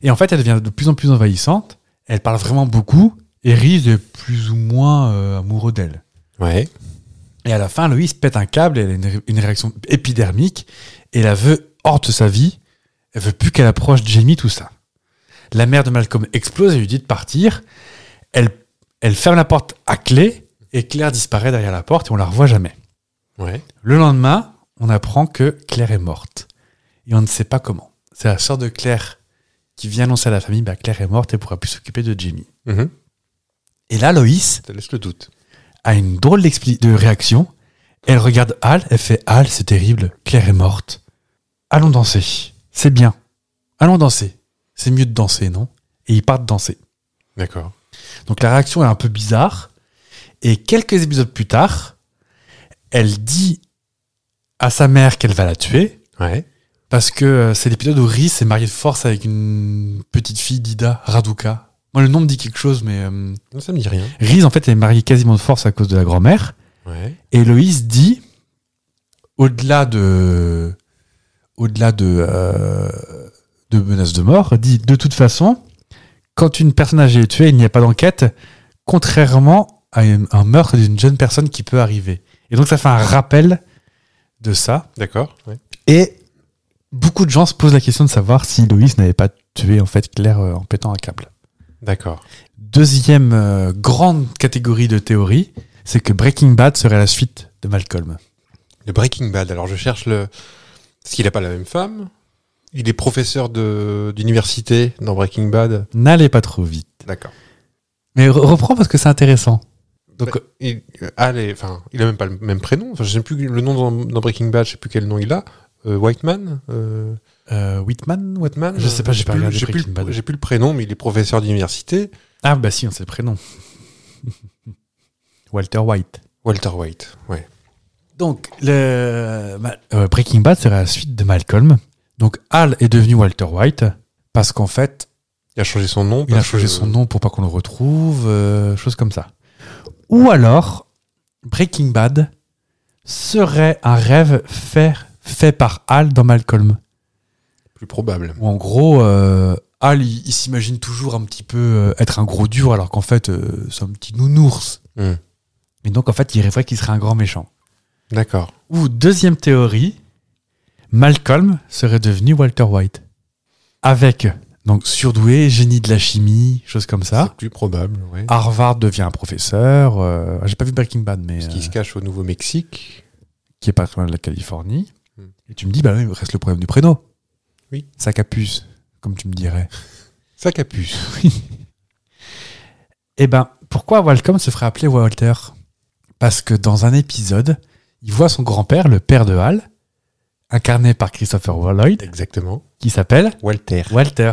[SPEAKER 2] Et en fait, elle devient de plus en plus envahissante. Elle parle vraiment beaucoup. Et Reese est plus ou moins euh, amoureux d'elle.
[SPEAKER 4] Ouais.
[SPEAKER 2] Et à la fin, Loïs pète un câble, elle a une, ré- une réaction épidermique, et la veut hors de sa vie. Elle veut plus qu'elle approche Jamie, tout ça. La mère de Malcolm explose et lui dit de partir. Elle, elle ferme la porte à clé, et Claire disparaît derrière la porte, et on la revoit jamais.
[SPEAKER 4] Ouais.
[SPEAKER 2] Le lendemain, on apprend que Claire est morte. Et on ne sait pas comment. C'est la sœur de Claire qui vient annoncer à la famille, bah, Claire est morte et pourra plus s'occuper de Jamie.
[SPEAKER 4] Mhm.
[SPEAKER 2] Et là, Loïs,
[SPEAKER 4] Ça laisse le doute.
[SPEAKER 2] a une drôle d'expli- de réaction. Elle regarde Al, elle fait Al, c'est terrible, Claire est morte. Allons danser, c'est bien. Allons danser, c'est mieux de danser, non Et ils partent danser.
[SPEAKER 4] D'accord.
[SPEAKER 2] Donc la réaction est un peu bizarre. Et quelques épisodes plus tard, elle dit à sa mère qu'elle va la tuer.
[SPEAKER 4] Ouais.
[SPEAKER 2] Parce que euh, c'est l'épisode où Rhys est marié de force avec une petite fille d'Ida, Raduka. Moi, le nom me dit quelque chose, mais euh,
[SPEAKER 4] Non, ça me dit rien.
[SPEAKER 2] Rhys, en fait, est marié quasiment de force à cause de la grand-mère.
[SPEAKER 4] Ouais.
[SPEAKER 2] Et Loïs dit, au-delà de, au-delà de, euh, de menaces de mort, dit de toute façon, quand une personne âgée est tuée, il n'y a pas d'enquête, contrairement à un, un meurtre d'une jeune personne qui peut arriver. Et donc ça fait un rappel de ça.
[SPEAKER 4] D'accord. Ouais.
[SPEAKER 2] Et beaucoup de gens se posent la question de savoir si Loïs n'avait pas tué en fait Claire euh, en pétant un câble.
[SPEAKER 4] D'accord.
[SPEAKER 2] Deuxième euh, grande catégorie de théorie, c'est que Breaking Bad serait la suite de Malcolm.
[SPEAKER 4] Le Breaking Bad. Alors, je cherche le. Parce qu'il n'a pas la même femme. Il est professeur de d'université dans Breaking Bad.
[SPEAKER 2] N'allez pas trop vite.
[SPEAKER 4] D'accord.
[SPEAKER 2] Mais re- reprends parce que c'est intéressant. Bah,
[SPEAKER 4] Donc, il, euh, Al est- enfin, il a même pas le même prénom. Enfin, je sais plus le nom dans, dans Breaking Bad. Je sais plus quel nom il a. Euh, Whiteman. euh,
[SPEAKER 2] Euh, Whitman, Whitman
[SPEAKER 4] Whiteman.
[SPEAKER 2] Je sais pas, j'ai pas
[SPEAKER 4] plus-
[SPEAKER 2] regardé
[SPEAKER 4] euh, j'ai plus,
[SPEAKER 2] Breaking Bad.
[SPEAKER 4] le- j'ai plus le prénom, mais il est professeur d'université.
[SPEAKER 2] Ah bah si, on sait le prénom. Walter White.
[SPEAKER 4] Walter White. Ouais.
[SPEAKER 2] Donc, le, Ma- euh, Breaking Bad serait la suite de Malcolm. Donc, Al est devenu Walter White parce qu'en fait,
[SPEAKER 4] Il a changé son nom.
[SPEAKER 2] il a
[SPEAKER 4] parce
[SPEAKER 2] changé
[SPEAKER 4] que-
[SPEAKER 2] son nom pour pas qu'on le retrouve, euh, chose comme ça. Ou alors, Breaking Bad serait un rêve fait, fait par Al dans Malcolm.
[SPEAKER 4] Plus probable.
[SPEAKER 2] Où en gros, euh, Al, il, il s'imagine toujours un petit peu euh, être un gros dur, alors qu'en fait, euh, c'est un petit nounours.
[SPEAKER 4] Hmm.
[SPEAKER 2] Et donc, en fait, il rêverait qu'il serait un grand méchant.
[SPEAKER 4] D'accord.
[SPEAKER 2] Ou, deuxième théorie, Malcolm serait devenu Walter White. Avec, donc, surdoué, génie de la chimie, choses comme ça.
[SPEAKER 4] C'est plus probable. Ouais.
[SPEAKER 2] Harvard devient un professeur. euh, J'ai pas vu Breaking Bad, mais.
[SPEAKER 4] Parce
[SPEAKER 2] euh,
[SPEAKER 4] qu'il se cache au Nouveau-Mexique.
[SPEAKER 2] qui est pas très loin de la Californie.
[SPEAKER 4] Hmm.
[SPEAKER 2] Et tu me dis, bah oui, reste le problème du prénom.
[SPEAKER 4] Oui.
[SPEAKER 2] Sac à puce, comme tu me dirais.
[SPEAKER 4] Sac à puce.
[SPEAKER 2] Eh ben, pourquoi Walcom se ferait appeler Walter Parce que dans un épisode, il voit son grand-père, le père de Hal, incarné par Christopher Lloyd,
[SPEAKER 4] Exactement.
[SPEAKER 2] qui s'appelle
[SPEAKER 4] Walter.
[SPEAKER 2] Walter.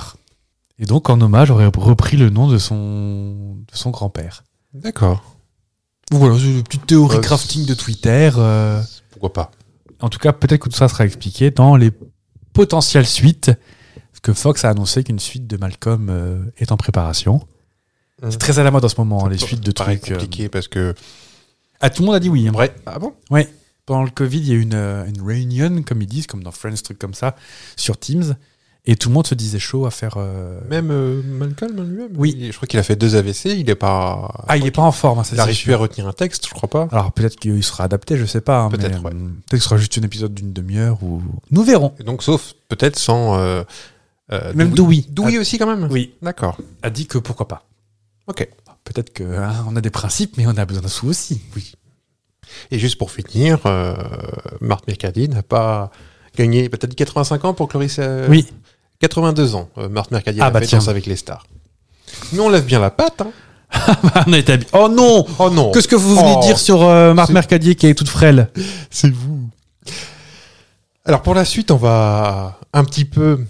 [SPEAKER 2] Et donc, en hommage, aurait repris le nom de son, de son grand-père.
[SPEAKER 4] D'accord.
[SPEAKER 2] Voilà, c'est une petite théorie
[SPEAKER 4] Euh,
[SPEAKER 2] crafting de Twitter. euh.
[SPEAKER 4] Pourquoi pas
[SPEAKER 2] En tout cas, peut-être que tout ça sera expliqué dans les potentielles suites. Parce que Fox a annoncé qu'une suite de Malcolm euh, est en préparation.
[SPEAKER 4] Hmm.
[SPEAKER 2] C'est très à la mode en ce moment, hein, les
[SPEAKER 4] Ça
[SPEAKER 2] suites de
[SPEAKER 4] paraît
[SPEAKER 2] trucs. euh.
[SPEAKER 4] compliqué parce que.
[SPEAKER 2] Ah, tout le monde a dit oui. hein.
[SPEAKER 4] Bref. Ah bon
[SPEAKER 2] pendant le Covid, il y a eu une, euh, une réunion, comme ils disent, comme dans Friends, truc comme ça, sur Teams. Et tout le monde se disait chaud à faire. euh,
[SPEAKER 4] Même euh, Malcolm lui-même
[SPEAKER 2] Oui.
[SPEAKER 4] il- Je crois qu'il a fait deux AVC. Il est pas.
[SPEAKER 2] Ah, il n'est pas en forme, hein, ça,
[SPEAKER 4] il
[SPEAKER 2] c'est
[SPEAKER 4] n'arrive plus
[SPEAKER 2] sûr.
[SPEAKER 4] à retenir un texte, je crois pas.
[SPEAKER 2] Alors peut-être qu'il sera adapté, je sais pas. hein,
[SPEAKER 4] Peut-être,
[SPEAKER 2] mais,
[SPEAKER 4] ouais.
[SPEAKER 2] euh, Peut-être que ce sera juste un épisode d'une demi-heure ou. Nous verrons.
[SPEAKER 4] Et donc, sauf peut-être sans. euh, euh,
[SPEAKER 2] Même
[SPEAKER 4] Dewey.
[SPEAKER 2] Dewey. Ah.
[SPEAKER 4] Dewey aussi, quand même
[SPEAKER 2] Oui.
[SPEAKER 4] D'accord.
[SPEAKER 2] A dit que pourquoi pas.
[SPEAKER 4] Ok.
[SPEAKER 2] Peut-être que hein, on a des principes, mais on a besoin de sous aussi. Oui.
[SPEAKER 4] Et juste pour finir, euh, Marthe Mercadi n'a pas gagné peut-être 85 ans pour Cloris. euh,
[SPEAKER 2] Oui.
[SPEAKER 4] 82 ans, euh, Marthe Mercadier
[SPEAKER 2] Ah,
[SPEAKER 4] a
[SPEAKER 2] bah
[SPEAKER 4] fait
[SPEAKER 2] tiens.
[SPEAKER 4] Danse avec les stars. Mais on lève bien la patte. Hein.
[SPEAKER 2] on a été habi- Oh non
[SPEAKER 4] Oh non
[SPEAKER 2] Qu'est-ce que vous venez
[SPEAKER 4] Oh.
[SPEAKER 2] de dire sur euh, Marc
[SPEAKER 4] C'est-
[SPEAKER 2] Mercadier qui est toute frêle
[SPEAKER 4] c'est vous Alors pour la suite, on va un petit peu,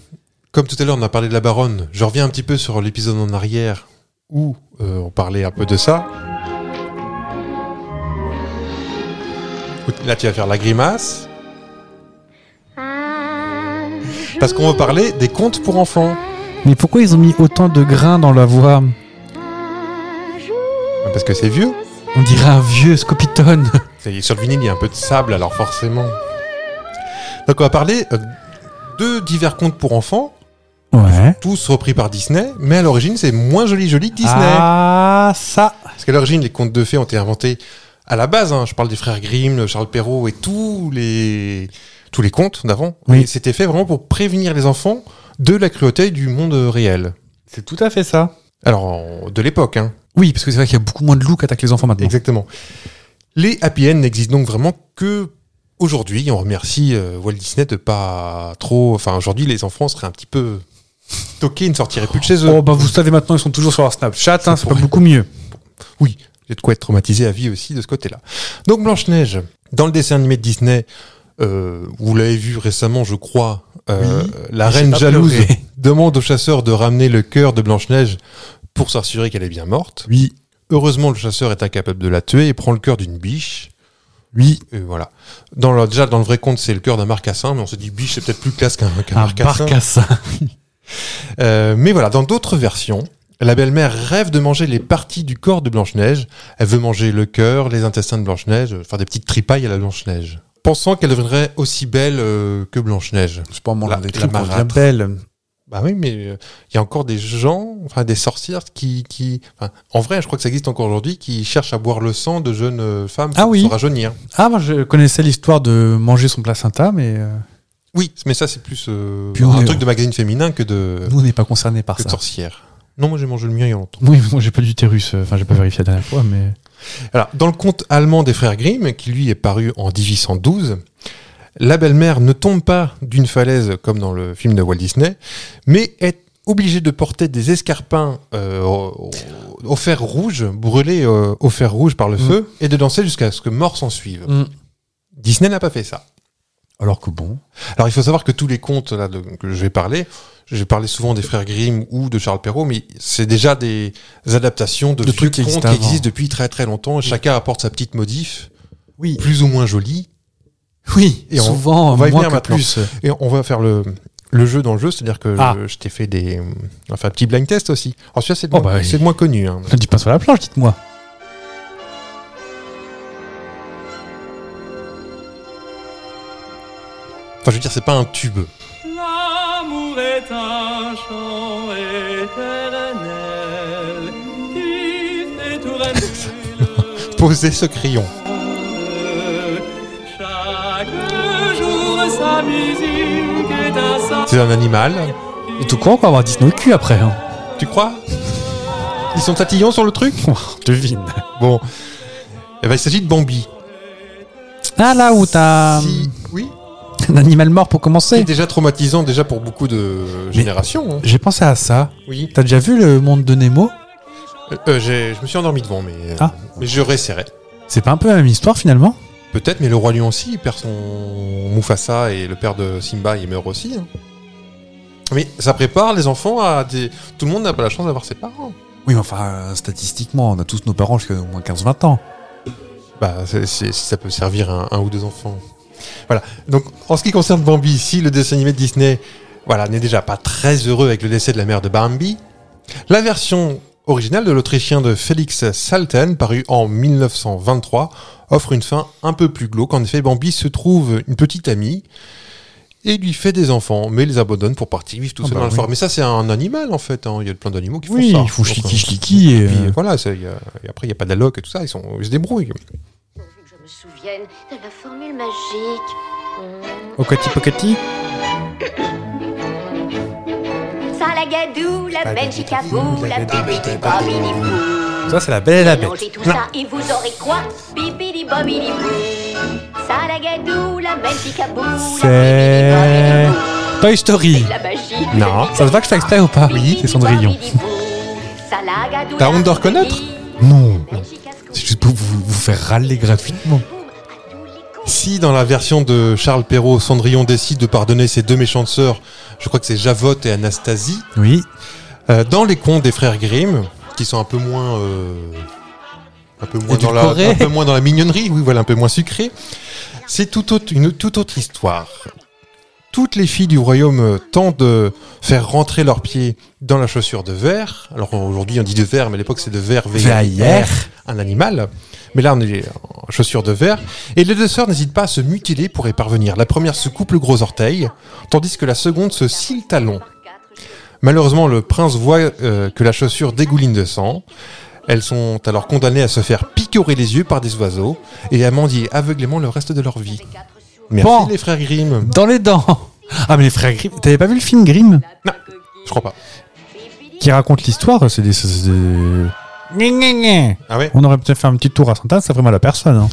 [SPEAKER 4] comme tout à l'heure on a parlé de la baronne, je reviens un petit peu sur l'épisode en arrière où euh, on parlait un peu de ça. écoute, là tu vas faire la grimace. Parce qu'on veut parler des contes pour enfants.
[SPEAKER 2] Mais pourquoi ils ont mis autant de grains dans la voix
[SPEAKER 4] Parce que c'est vieux.
[SPEAKER 2] On dirait un vieux Scopitone.
[SPEAKER 4] C'est- Sur le vinyle, il y a un peu de sable, alors forcément. Donc on va parler euh, de divers contes pour enfants,
[SPEAKER 2] Ouais.
[SPEAKER 4] tous repris par Disney, mais à l'origine c'est moins joli joli que Disney.
[SPEAKER 2] Ah, ça.
[SPEAKER 4] Parce qu'à l'origine, les contes de fées ont été inventés à la base. hein. Je parle des frères Grimm, le Charles Perrault et tous les tous les contes d'avant.
[SPEAKER 2] Oui.
[SPEAKER 4] Et C'était fait vraiment pour prévenir les enfants de la cruauté du monde réel.
[SPEAKER 2] C'est tout à fait ça.
[SPEAKER 4] Alors en- de l'époque, hein.
[SPEAKER 2] Oui, parce que c'est vrai qu'il y a beaucoup moins de loups qui attaquent les enfants maintenant.
[SPEAKER 4] exactement. Les happy ends n'existent donc vraiment que aujourd'hui. Et On remercie euh, Walt Disney de pas trop. Enfin aujourd'hui, les enfants seraient un petit peu toqués, ils ne sortiraient plus de chez eux.
[SPEAKER 2] Oh, bah vous savez maintenant, ils sont toujours sur leur Snapchat, hein,
[SPEAKER 4] C'est
[SPEAKER 2] c'est
[SPEAKER 4] pour-
[SPEAKER 2] pas beaucoup mieux.
[SPEAKER 4] Oui, j'ai de quoi être traumatisé à vie aussi de ce côté-là. Donc Blanche-Neige, dans le dessin animé de Disney, euh, vous l'avez vu récemment, je crois, euh, la
[SPEAKER 2] J'ai
[SPEAKER 4] reine
[SPEAKER 2] pas
[SPEAKER 4] jalouse
[SPEAKER 2] pleuré.
[SPEAKER 4] demande au chasseur de ramener le cœur de Blanche-Neige pour s'assurer qu'elle est bien morte.
[SPEAKER 2] Oui,
[SPEAKER 4] Heureusement, le chasseur est incapable de la tuer et prend le cœur d'une biche.
[SPEAKER 2] oui.
[SPEAKER 4] Et voilà. Dans le, déjà, dans le vrai conte, c'est le cœur d'un marcassin, mais on se dit biche, c'est peut-être plus classe qu'un qu'un
[SPEAKER 2] Un
[SPEAKER 4] marcassin.
[SPEAKER 2] barcassin.
[SPEAKER 4] Euh, mais voilà, dans d'autres versions, la belle-mère rêve de manger les parties du corps de Blanche-Neige. Elle veut manger le cœur, les intestins de Blanche-Neige, euh, faire des petites tripailles à la Blanche-Neige. Pensant qu'elle deviendrait aussi belle euh, que Blanche-Neige.
[SPEAKER 9] C'est pas en
[SPEAKER 4] La-
[SPEAKER 9] mangeant des
[SPEAKER 4] la
[SPEAKER 9] trucs qu'on
[SPEAKER 4] marâtre.
[SPEAKER 9] devient
[SPEAKER 2] Belle.
[SPEAKER 4] Bah oui, mais euh, il y a encore des gens, enfin des sorcières qui. qui enfin, en vrai, je crois que ça existe encore aujourd'hui, qui cherchent à boire le sang de jeunes euh, femmes
[SPEAKER 2] Ah
[SPEAKER 4] pour
[SPEAKER 2] oui.
[SPEAKER 4] se rajeunir.
[SPEAKER 2] Ah, moi je connaissais l'histoire de manger son placenta, mais euh,
[SPEAKER 4] Oui, mais ça, c'est plus euh,
[SPEAKER 2] Puis on
[SPEAKER 4] un
[SPEAKER 2] est-
[SPEAKER 4] truc de magazine féminin que de,
[SPEAKER 2] Euh, nous on n'est pas concernés par
[SPEAKER 4] que de
[SPEAKER 2] hein. ça.
[SPEAKER 4] sorcière. Non, moi j'ai mangé le mien il y a longtemps.
[SPEAKER 2] Oui, moi j'ai pas d'utérus, euh, enfin j'ai pas vérifié la dernière fois, mais.
[SPEAKER 4] Alors, dans le conte allemand des frères Grimm, qui lui est paru en 1812, la belle-mère ne tombe pas d'une falaise comme dans le film de Walt Disney, mais est obligée de porter des escarpins euh, au, au fer rouge, brûlés euh, au fer rouge par le feu, et de danser jusqu'à ce que mort s'en suive.
[SPEAKER 2] Mm.
[SPEAKER 4] Disney n'a pas fait ça.
[SPEAKER 2] Alors que bon.
[SPEAKER 4] Alors, il faut savoir que tous les contes là, de- que je vais parler, j'ai parlé souvent des frères Grimm ou de Charles Perrault, mais c'est déjà des adaptations de,
[SPEAKER 2] De
[SPEAKER 4] vieux
[SPEAKER 2] trucs qui
[SPEAKER 4] contes
[SPEAKER 2] existent
[SPEAKER 4] qui
[SPEAKER 2] avant.
[SPEAKER 4] existent depuis très très longtemps. et Chacun apporte sa petite modif
[SPEAKER 2] Oui.
[SPEAKER 4] plus ou moins joli.
[SPEAKER 2] Oui,
[SPEAKER 4] Et on-
[SPEAKER 2] souvent,
[SPEAKER 4] on va y
[SPEAKER 2] moins
[SPEAKER 4] venir
[SPEAKER 2] que
[SPEAKER 4] maintenant.
[SPEAKER 2] plus.
[SPEAKER 4] Et on va faire le, le jeu dans le jeu, c'est-à-dire que
[SPEAKER 2] Ah.
[SPEAKER 4] je, je t'ai fait des. Enfin, un petit blind test aussi. Alors, celui-là, c'est de
[SPEAKER 2] Oh,
[SPEAKER 4] moins-
[SPEAKER 2] bah oui.
[SPEAKER 4] c'est de moins connu. hein.
[SPEAKER 2] Ne dis pas sur la planche, dites-moi.
[SPEAKER 4] Enfin, je veux dire, c'est pas un tube.
[SPEAKER 7] L'amour est un chant éternel qui fait tourner le
[SPEAKER 4] Posez ce crayon.
[SPEAKER 7] monde. Chaque jour sa musique est un sa-
[SPEAKER 4] C'est un animal.
[SPEAKER 2] Et tout court, on va avoir Disney au cul après. Hein.
[SPEAKER 4] Tu crois Ils sont tatillons sur le truc
[SPEAKER 2] Devine.
[SPEAKER 4] Bon. Eh ben, il s'agit de Bambi.
[SPEAKER 2] Ah là où t'as
[SPEAKER 4] Si- Oui.
[SPEAKER 2] un animal mort pour
[SPEAKER 4] C'est
[SPEAKER 2] commencer.
[SPEAKER 4] déjà traumatisant déjà pour beaucoup de générations. hein.
[SPEAKER 2] J'ai pensé à ça.
[SPEAKER 4] Oui.
[SPEAKER 2] T'as déjà vu le monde de Nemo
[SPEAKER 4] Euh, euh, j'ai- je me suis endormi devant, mais, euh,
[SPEAKER 2] Ah.
[SPEAKER 4] mais je resserrais.
[SPEAKER 2] C'est pas un peu la même histoire finalement
[SPEAKER 4] Peut-être, mais le roi lion aussi, il perd son Mufasa et le père de Simba, il meurt aussi. hein. Mais ça prépare les enfants à des. Tout le monde n'a pas la chance d'avoir ses parents.
[SPEAKER 2] Oui, mais enfin, euh, statistiquement, on a tous nos parents jusqu'à au moins 15-20 ans.
[SPEAKER 4] Bah, c'est- c'est- ça peut servir à un, un ou deux enfants. Voilà. Donc, en ce qui concerne Bambi, si le dessin animé de Disney, voilà, n'est déjà pas très heureux avec le décès de la mère de Bambi, la version originale de l'Autrichien de Félix Salten, parue en 1923, offre une fin un peu plus glauque. En effet, Bambi se trouve une petite amie et lui fait des enfants, mais les abandonne pour partir vivre tout
[SPEAKER 2] Ah
[SPEAKER 4] seul
[SPEAKER 2] bah
[SPEAKER 4] dans la
[SPEAKER 2] oui.
[SPEAKER 4] forêt. Mais ça, c'est un animal en fait. hein. Il y a plein d'animaux qui font
[SPEAKER 2] Oui,
[SPEAKER 4] ça.
[SPEAKER 2] ils font
[SPEAKER 4] Donc,
[SPEAKER 2] chliki
[SPEAKER 4] euh,
[SPEAKER 2] chliki.
[SPEAKER 4] et
[SPEAKER 2] Et,
[SPEAKER 4] puis,
[SPEAKER 2] euh,
[SPEAKER 4] voilà, ça, il y a- et après, il n'y a pas d'alloc et tout ça. Ils, sont, ils se débrouillent.
[SPEAKER 10] Pourvu que je me souvienne de la formule magique. Hmm.
[SPEAKER 2] Pocati Pocati.
[SPEAKER 10] Salagadou, la Benchikabou, la bibidi bobidi bou.
[SPEAKER 2] Ça, c'est la belle et la bête.
[SPEAKER 10] Mélangez tout ça et vous aurez quoi Bibidi bobidi bou. Salagadou, la Benchikabou, la
[SPEAKER 2] C'est.
[SPEAKER 10] bibidi bobidi
[SPEAKER 2] Toy Story.
[SPEAKER 10] bou. La magie.
[SPEAKER 4] Non.
[SPEAKER 2] Ça se voit que je fais exprès ou pas Oui, c'est Cendrillon.
[SPEAKER 4] T'as honte de reconnaître
[SPEAKER 2] Non. C'est juste pour vous, vous faire râler gratuitement.
[SPEAKER 4] Si dans la version de Charles Perrault, Cendrillon décide de pardonner ses deux méchantes sœurs, je crois que c'est Javotte et Anastasie,
[SPEAKER 2] Oui.
[SPEAKER 4] euh, dans les contes des frères Grimm, qui sont un peu moins, euh, un peu moins dans la,
[SPEAKER 2] Édulcorés.
[SPEAKER 4] un peu moins dans la mignonnerie, oui voilà, un peu moins sucré, C'est tout autre- une toute autre histoire. Toutes les filles du royaume euh, tentent de faire rentrer leurs pieds dans la chaussure de verre. Alors aujourd'hui on dit de verre, mais à l'époque c'est de verre
[SPEAKER 2] Verrière.
[SPEAKER 4] veillère, un animal. Mais là on est en chaussure de verre. Et les deux sœurs n'hésitent pas à se mutiler pour y parvenir. La première se coupe le gros orteil, tandis que la seconde se scie le talon. Malheureusement, le prince voit euh, que la chaussure dégouline de sang. Elles sont alors condamnées à se faire picorer les yeux par des oiseaux et à mendier aveuglément le reste de leur vie. Merci
[SPEAKER 2] Bon.
[SPEAKER 4] les frères Grimm.
[SPEAKER 2] Dans les dents Ah mais les frères Grimm, t'avais pas vu le film Grimm
[SPEAKER 4] Je crois pas.
[SPEAKER 2] Qui raconte l'histoire, c'est des... c'est des- Gna, gna, gna.
[SPEAKER 4] Ah ouais
[SPEAKER 2] On aurait peut-être fait un petit tour à Sainte-Anne, ça ferait mal à personne. hein.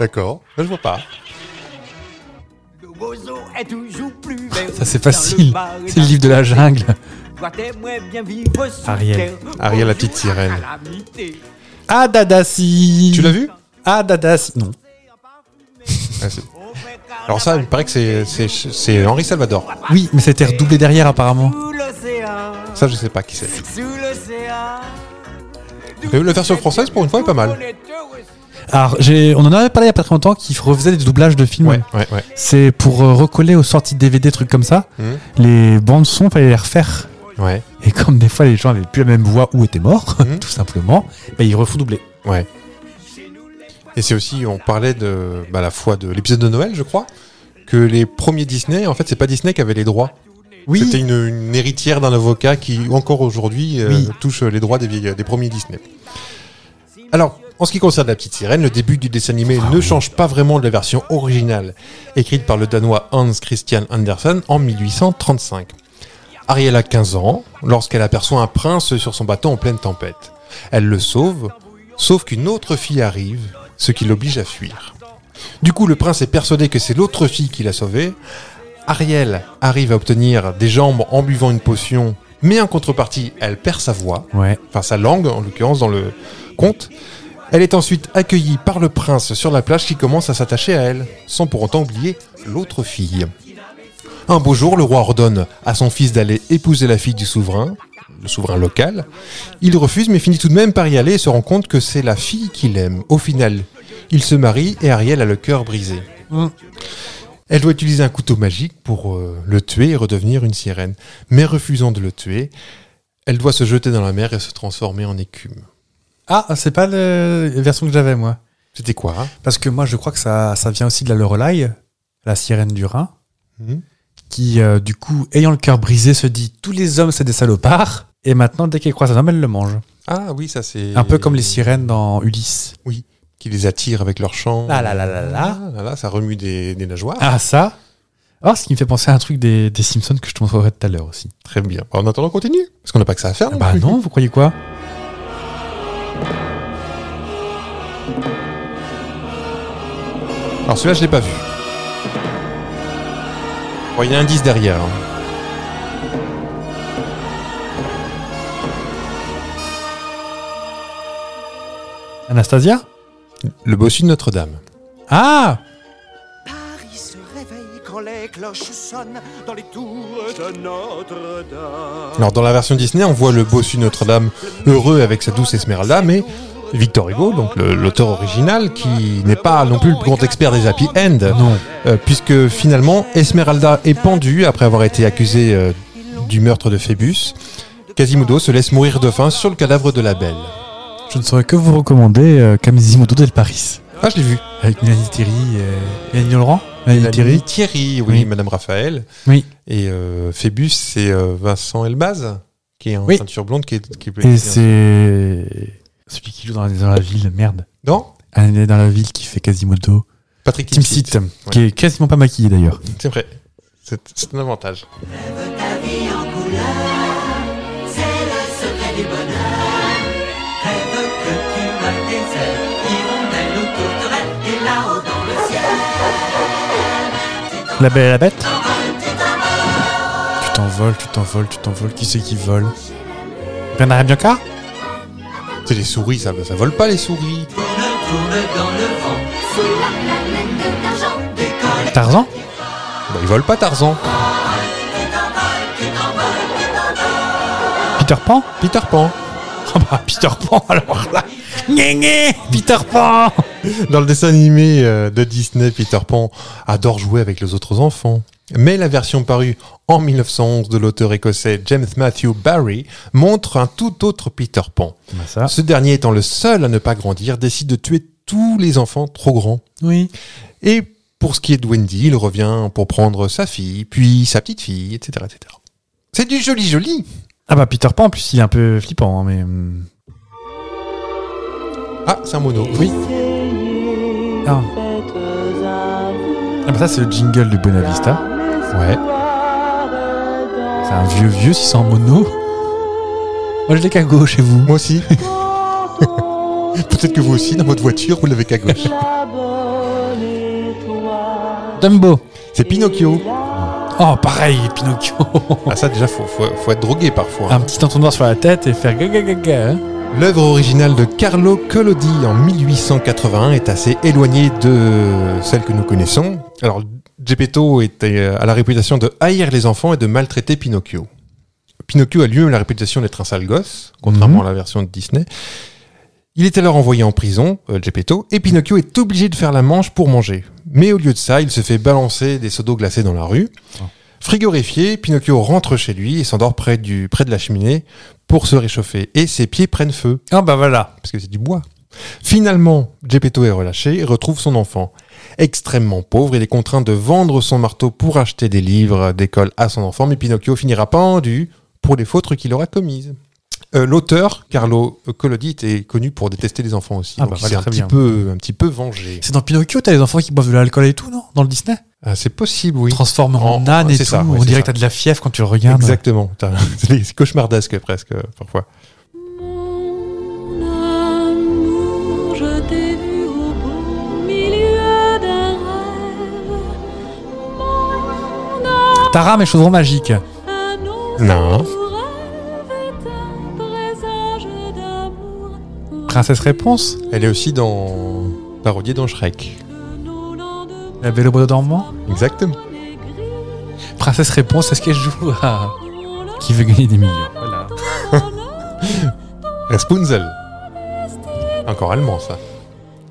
[SPEAKER 4] D'accord. Là, je vois pas.
[SPEAKER 2] Ça c'est facile, c'est le livre de la jungle. Ariel.
[SPEAKER 4] Ariel, la petite sirène.
[SPEAKER 2] Ah dadassi
[SPEAKER 4] Tu l'as vu
[SPEAKER 2] Ah dadas Non.
[SPEAKER 4] Ah, c'est- Alors ça, il paraît que c'est- c'est c'est Henri Salvador.
[SPEAKER 2] Oui, mais c'était redoublé derrière apparemment.
[SPEAKER 4] Ça, je sais pas qui c'est. Mais la version française, pour une fois, est pas mal.
[SPEAKER 2] Alors, j'ai- on en avait parlé il y a pas très longtemps qu'ils refaisaient des doublages de films.
[SPEAKER 4] Ouais, ouais, ouais.
[SPEAKER 2] C'est pour euh, recoller aux sorties DVD, trucs comme ça.
[SPEAKER 4] Mhm.
[SPEAKER 2] Les bandes son, fallait les refaire.
[SPEAKER 4] Ouais,
[SPEAKER 2] Et comme des fois les gens avaient plus la même voix ou étaient morts,
[SPEAKER 4] Mhm.
[SPEAKER 2] tout simplement, bah, ils refont doubler.
[SPEAKER 4] ouais. Et c'est aussi, on parlait de bah, la fois de l'épisode de Noël, je crois, que les premiers Disney, en fait, c'est pas Disney qui avait les droits. C'était une, une héritière d'un avocat qui, encore aujourd'hui, euh,
[SPEAKER 2] Oui.
[SPEAKER 4] touche les droits des, vieilles- des premiers Disney. Alors, en ce qui concerne la petite sirène, le début du dessin animé ne change pas vraiment de la version originale, écrite par le Danois Hans Christian Andersen en 1835. Ariel a 15 ans lorsqu'elle aperçoit un prince sur son bateau en pleine tempête. Elle le sauve, sauf qu'une autre fille arrive, ce qui l'oblige à fuir. Du coup, le prince est persuadé que c'est l'autre fille qui l'a sauvée. Ariel arrive à obtenir des jambes en buvant une potion, mais en contrepartie, elle perd sa voix
[SPEAKER 2] Ouais.
[SPEAKER 4] enfin sa langue en l'occurrence dans le conte. Elle est ensuite accueillie par le prince sur la plage qui commence à s'attacher à elle, sans pour autant oublier l'autre fille. Un beau jour, le roi ordonne à son fils d'aller épouser la fille du souverain, le souverain local. Il refuse mais finit tout de même par y aller et se rend compte que c'est la fille qu'il aime. Au final, il se marie et Ariel a le cœur brisé. Elle doit utiliser un couteau magique pour euh, le tuer et redevenir une sirène. Mais refusant de le tuer, elle doit se jeter dans la mer et se transformer en écume.
[SPEAKER 2] Ah, c'est pas le- la version que j'avais moi.
[SPEAKER 4] C'était quoi hein
[SPEAKER 2] Parce que moi, je crois que ça, ça vient aussi de la Lorelai, la sirène du Rhin, Mmh.
[SPEAKER 4] Mhm.
[SPEAKER 2] qui, euh, du coup, ayant le cœur brisé, se dit tous les hommes, c'est des salopards. Et maintenant, dès qu'elle croise un homme, elle le mange.
[SPEAKER 4] Ah oui, ça c'est.
[SPEAKER 2] Un peu comme les sirènes dans Ulysse.
[SPEAKER 4] Qui les attirent avec leur chant.
[SPEAKER 2] Là, là, là, là, là.
[SPEAKER 4] Ah, là, là, ça remue des, des nageoires.
[SPEAKER 2] Ah, ça Or, ce qui me fait penser à un truc des, des Simpsons que je te montrerai tout à l'heure aussi.
[SPEAKER 4] Très bien. En attendant, on continue. Parce qu'on n'a pas que ça à faire. non
[SPEAKER 2] Bah
[SPEAKER 4] plus.
[SPEAKER 2] non, vous croyez quoi
[SPEAKER 4] Alors celui-là, je l'ai pas vu. Bon, il y a un indice derrière. hein.
[SPEAKER 2] Anastasia
[SPEAKER 4] Le bossu de Notre-Dame.
[SPEAKER 2] Ah
[SPEAKER 9] Paris se réveille quand les cloches sonnent dans les tours de Notre-Dame.
[SPEAKER 4] Alors dans la version Disney, on voit le bossu de Notre-Dame heureux avec sa douce Esmeralda, mais Victor Hugo, donc le- l'auteur original, qui n'est pas non plus le grand expert des happy end,
[SPEAKER 2] Non.
[SPEAKER 4] Euh, puisque finalement Esmeralda est pendue après avoir été accusée euh, du meurtre de Phébus. Quasimodo se laisse mourir de faim sur le cadavre de la belle.
[SPEAKER 2] Je ne saurais que vous recommander euh, Camizimoto del Paris.
[SPEAKER 4] Ah, je l'ai vu.
[SPEAKER 2] Avec Mélanie Thierry et... Mélanie Laurent Mélanie Thierry
[SPEAKER 4] Thierry, oui,
[SPEAKER 2] Oui.
[SPEAKER 4] Madame Raphaël.
[SPEAKER 2] Oui.
[SPEAKER 4] Et euh, Phébus, c'est euh, Vincent Elbaz, qui est en
[SPEAKER 2] Oui.
[SPEAKER 4] ceinture blonde, qui est. hein. Qui est-
[SPEAKER 2] Et c'est... Celui qui joue dans, dans la ville, merde.
[SPEAKER 4] Non
[SPEAKER 2] Un est dans la ville qui fait Quasimodo.
[SPEAKER 4] Patrick
[SPEAKER 2] Team
[SPEAKER 4] Timsit.
[SPEAKER 2] Seat, qui est quasiment pas maquillé d'ailleurs.
[SPEAKER 4] C'est vrai. C'est c'est un avantage.
[SPEAKER 2] La belle et la bête Tu t'envoles, tu t'envoles, tu t'envoles. Qui c'est qui vole Bernard et Bianca
[SPEAKER 4] C'est les souris, ça, ça vole pas les souris.
[SPEAKER 10] Sous la planète d'argent,
[SPEAKER 2] Tarzan
[SPEAKER 4] Bah, ils volent pas Tarzan.
[SPEAKER 2] Peter Pan
[SPEAKER 4] Peter Pan.
[SPEAKER 2] Ah bah, Peter Pan, alors là. Gné, gné, Peter Pan
[SPEAKER 4] Dans le dessin animé euh, de Disney, Peter Pan adore jouer avec les autres enfants. Mais la version parue en 1911 de l'auteur écossais James Matthew Barry montre un tout autre Peter Pan.
[SPEAKER 2] Bah ça.
[SPEAKER 4] Ce dernier étant le seul à ne pas grandir, décide de tuer tous les enfants trop grands.
[SPEAKER 2] Oui.
[SPEAKER 4] Et pour ce qui est de Wendy, il revient pour prendre sa fille, puis sa petite fille, etc. etc. C'est du joli joli
[SPEAKER 2] Ah bah, Peter Pan, en plus, il est un peu flippant, hein, mais... hum,
[SPEAKER 4] Ah, c'est un mono.
[SPEAKER 2] Oui. Ah. Ah bah ça, c'est le jingle du Buena Vista.
[SPEAKER 4] Ouais.
[SPEAKER 2] C'est un vieux vieux 600 mono. Moi, je l'ai qu'à gauche chez vous.
[SPEAKER 4] Moi aussi. Peut-être que vous aussi, dans votre voiture, vous l'avez qu'à gauche.
[SPEAKER 2] Dumbo.
[SPEAKER 4] C'est Pinocchio.
[SPEAKER 2] Oh, pareil, Pinocchio.
[SPEAKER 4] Ah ça déjà, faut, faut, faut être drogué parfois.
[SPEAKER 2] un petit entonnoir sur la tête et faire gaga gaga. hein.
[SPEAKER 4] L'œuvre originale de Carlo Collodi en 1881 est assez éloignée de celle que nous connaissons. Alors, Geppetto était euh, à la réputation de haïr les enfants et de maltraiter Pinocchio. Pinocchio a lui-même la réputation d'être un sale gosse, contrairement
[SPEAKER 2] Mhm.
[SPEAKER 4] à la version de Disney. Il est alors envoyé en prison, euh, Geppetto, et Pinocchio est obligé de faire la manche pour manger. Mais au lieu de ça, il se fait balancer des seaux d'eau glacée dans la rue.
[SPEAKER 2] Ah.
[SPEAKER 4] Frigorifié, Pinocchio rentre chez lui et s'endort près, du- près de la cheminée pour se réchauffer. Et ses pieds prennent feu,
[SPEAKER 2] Ah bah voilà.
[SPEAKER 4] parce que c'est du bois. Finalement, Geppetto est relâché et retrouve son enfant. Extrêmement pauvre, il est contraint de vendre son marteau pour acheter des livres d'école à son enfant, mais Pinocchio finira pendu pour les fautes qu'il aura commises. Euh, L'auteur, Carlo Collodi, est connu pour détester les enfants aussi.
[SPEAKER 2] Ah
[SPEAKER 4] donc
[SPEAKER 2] bah,
[SPEAKER 4] il s'est un,
[SPEAKER 2] très
[SPEAKER 4] petit
[SPEAKER 2] bien.
[SPEAKER 4] peu- un petit peu vengé.
[SPEAKER 2] C'est dans Pinocchio, t'as les enfants qui boivent de l'alcool et tout, non Dans le Disney
[SPEAKER 4] Ah, c'est possible, oui.
[SPEAKER 2] Transforme en
[SPEAKER 4] En-
[SPEAKER 2] âne et
[SPEAKER 4] c'est
[SPEAKER 2] tout.
[SPEAKER 4] ça, ouais,
[SPEAKER 2] On
[SPEAKER 4] c'est
[SPEAKER 2] dirait
[SPEAKER 4] ça.
[SPEAKER 2] que t'as de la fièvre quand tu le regardes.
[SPEAKER 4] Exactement. T'as- C'est des- c'est cauchemardesque presque, euh, parfois.
[SPEAKER 2] Tara, mes chaudrons magiques.
[SPEAKER 4] Non.
[SPEAKER 2] Princesse Réponse.
[SPEAKER 4] Elle est aussi dans. parodiée dans Shrek.
[SPEAKER 2] La Belle au bois dormant.
[SPEAKER 4] Exactement.
[SPEAKER 2] Princesse Réponse, est-ce qu'elle joue à. Qui veut gagner des millions
[SPEAKER 4] Rapunzel. Encore allemand, ça.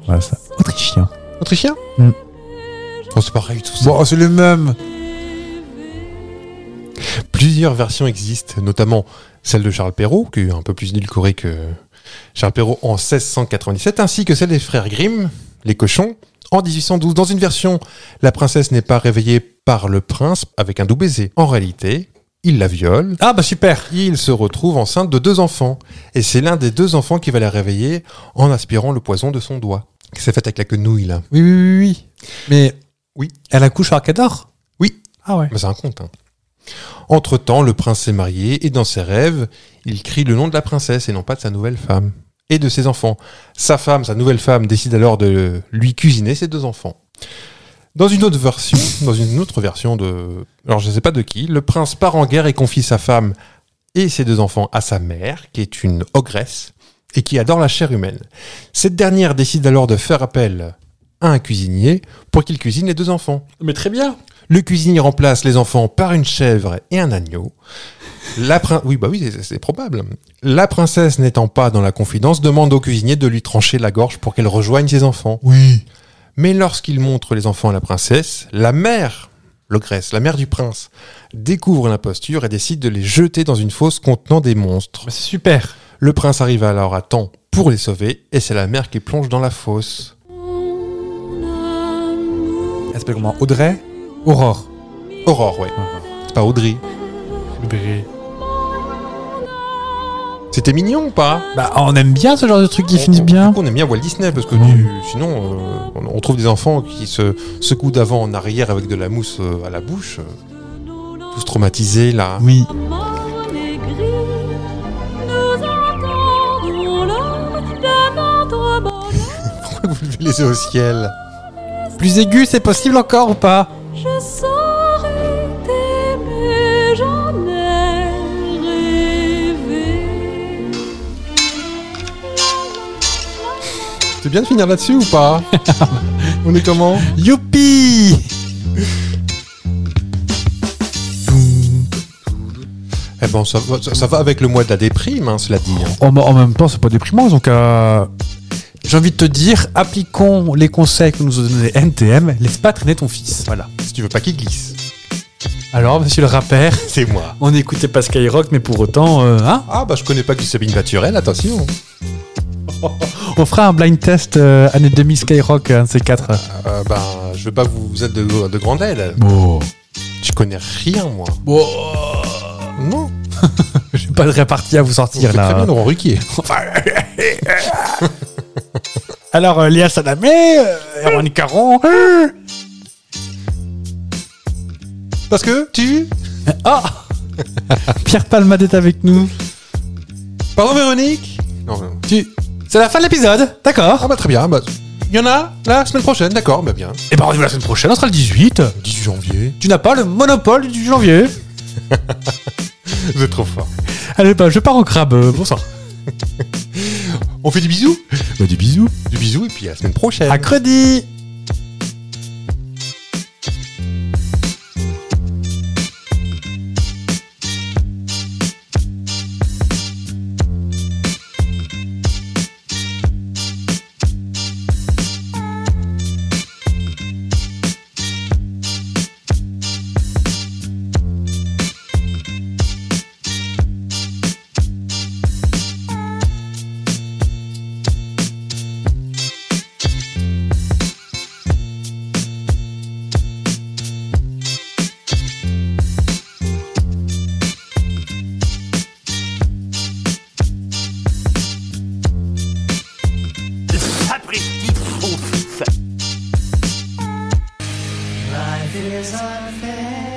[SPEAKER 2] Voilà ça. Autrichien.
[SPEAKER 4] Autrichien
[SPEAKER 2] Hmm.
[SPEAKER 4] Oh, c'est pareil, tout ça.
[SPEAKER 2] Bon, c'est le même.
[SPEAKER 4] Plusieurs versions existent, notamment celle de Charles Perrault, qui est un peu plus édulcorée que Charles Perrault en 1697, ainsi que celle des frères Grimm, les cochons, en 1812. Dans une version, la princesse n'est pas réveillée par le prince avec un doux baiser. En réalité, il la viole,
[SPEAKER 2] Ah bah super.
[SPEAKER 4] il se retrouve enceinte de deux enfants. Et c'est l'un des deux enfants qui va la réveiller en aspirant le poison de son doigt. C'est fait avec la quenouille, là.
[SPEAKER 2] Oui, oui, oui, oui. Mais.
[SPEAKER 4] Oui.
[SPEAKER 2] Elle accouche à Arcador
[SPEAKER 4] Oui.
[SPEAKER 2] Ah ouais.
[SPEAKER 4] Mais c'est un conte. hein. Entre-temps, le prince s'est marié et dans ses rêves, il crie le nom de la princesse et non pas de sa nouvelle femme et de ses enfants. Sa femme, sa nouvelle femme, décide alors de lui cuisiner ses deux enfants. Dans une autre version, dans une autre version de, alors je ne sais pas de qui, le prince part en guerre et confie sa femme et ses deux enfants à sa mère, qui est une ogresse et qui adore la chair humaine. Cette dernière décide alors de faire appel à un cuisinier pour qu'il cuisine les deux enfants.
[SPEAKER 2] Mais très bien.
[SPEAKER 4] Le cuisinier remplace les enfants par une chèvre et un agneau. La prin- oui, bah oui, c'est- c'est probable. La princesse n'étant pas dans la confidence, demande au cuisinier de lui trancher la gorge pour qu'elle rejoigne ses enfants.
[SPEAKER 2] Oui.
[SPEAKER 4] Mais lorsqu'il montre les enfants à la princesse, la mère, l'ogresse, la mère du prince, découvre l'imposture et décide de les jeter dans une fosse contenant des monstres.
[SPEAKER 2] Bah, c'est super.
[SPEAKER 4] Le prince arrive alors à temps pour les sauver et c'est la mère qui plonge dans la fosse.
[SPEAKER 2] Elle s'appelle comment Audrey Aurore.
[SPEAKER 4] Aurore, ouais. C'est pas Audrey. C'était mignon ou pas
[SPEAKER 2] Bah, on aime bien ce genre de trucs qui finissent
[SPEAKER 4] on,
[SPEAKER 2] bien.
[SPEAKER 4] du coup, on aime bien Walt Disney parce que
[SPEAKER 2] Ouais.
[SPEAKER 4] du- sinon, euh, on, on trouve des enfants qui se secouent d'avant en arrière avec de la mousse euh, à la bouche. euh, tous traumatisés là.
[SPEAKER 2] Oui.
[SPEAKER 4] Pourquoi vous levez les yeux au ciel
[SPEAKER 2] Plus aigu, c'est possible encore ou pas
[SPEAKER 4] C'est bien de finir là-dessus ou pas On est comment
[SPEAKER 2] Youpi
[SPEAKER 4] Eh ben, bon, ça, va- ça- ça va avec le mois de la déprime, hein, cela dit. hein.
[SPEAKER 2] En, Oh, en même temps, c'est pas déprimant, donc euh, j'ai envie de te dire, appliquons les conseils que nous ont donnés NTM, laisse pas traîner ton fils. Voilà.
[SPEAKER 4] Si tu veux pas qu'il glisse,
[SPEAKER 2] Alors, monsieur le rappeur,
[SPEAKER 4] c'est moi.
[SPEAKER 2] on n'écoutait pas Skyrock, mais pour autant, euh, hein,
[SPEAKER 4] Ah bah je connais pas Sabine Baturel, attention.
[SPEAKER 2] on fera un blind test euh, année 2000 Skyrock, un de ces quatre.
[SPEAKER 4] Euh, bah je veux pas vous, vous êtes de, de grande aile.
[SPEAKER 2] Bon.
[SPEAKER 4] Je connais rien moi. Non.
[SPEAKER 2] J'ai pas de répartie à vous
[SPEAKER 4] On
[SPEAKER 2] sortir
[SPEAKER 4] fait très
[SPEAKER 2] là.
[SPEAKER 4] bien Laurent Ruquier.
[SPEAKER 2] Alors, euh, Léa Salamé, euh, Erwan Caron. euh,
[SPEAKER 4] Parce que tu.
[SPEAKER 2] Ah Pierre Palmade est avec nous.
[SPEAKER 4] Pardon Véronique. Non, non.
[SPEAKER 2] Tu... C'est la fin de l'épisode,
[SPEAKER 4] Ah
[SPEAKER 2] d'accord
[SPEAKER 4] bah très bien. Bah, il y en a la semaine prochaine, d'accord. Bah bien.
[SPEAKER 2] Et ben rendez-vous la semaine prochaine, on sera le 18.
[SPEAKER 4] 18 janvier.
[SPEAKER 2] Tu n'as pas le monopole du 18 janvier.
[SPEAKER 4] Vous êtes trop fort.
[SPEAKER 2] Allez, ben, je pars au crabe, euh, bonsoir.
[SPEAKER 4] On fait des bisous.
[SPEAKER 2] des bisous.
[SPEAKER 4] Bah, Du bisou et puis à la semaine prochaine.
[SPEAKER 2] À crédit
[SPEAKER 9] Life is unfair.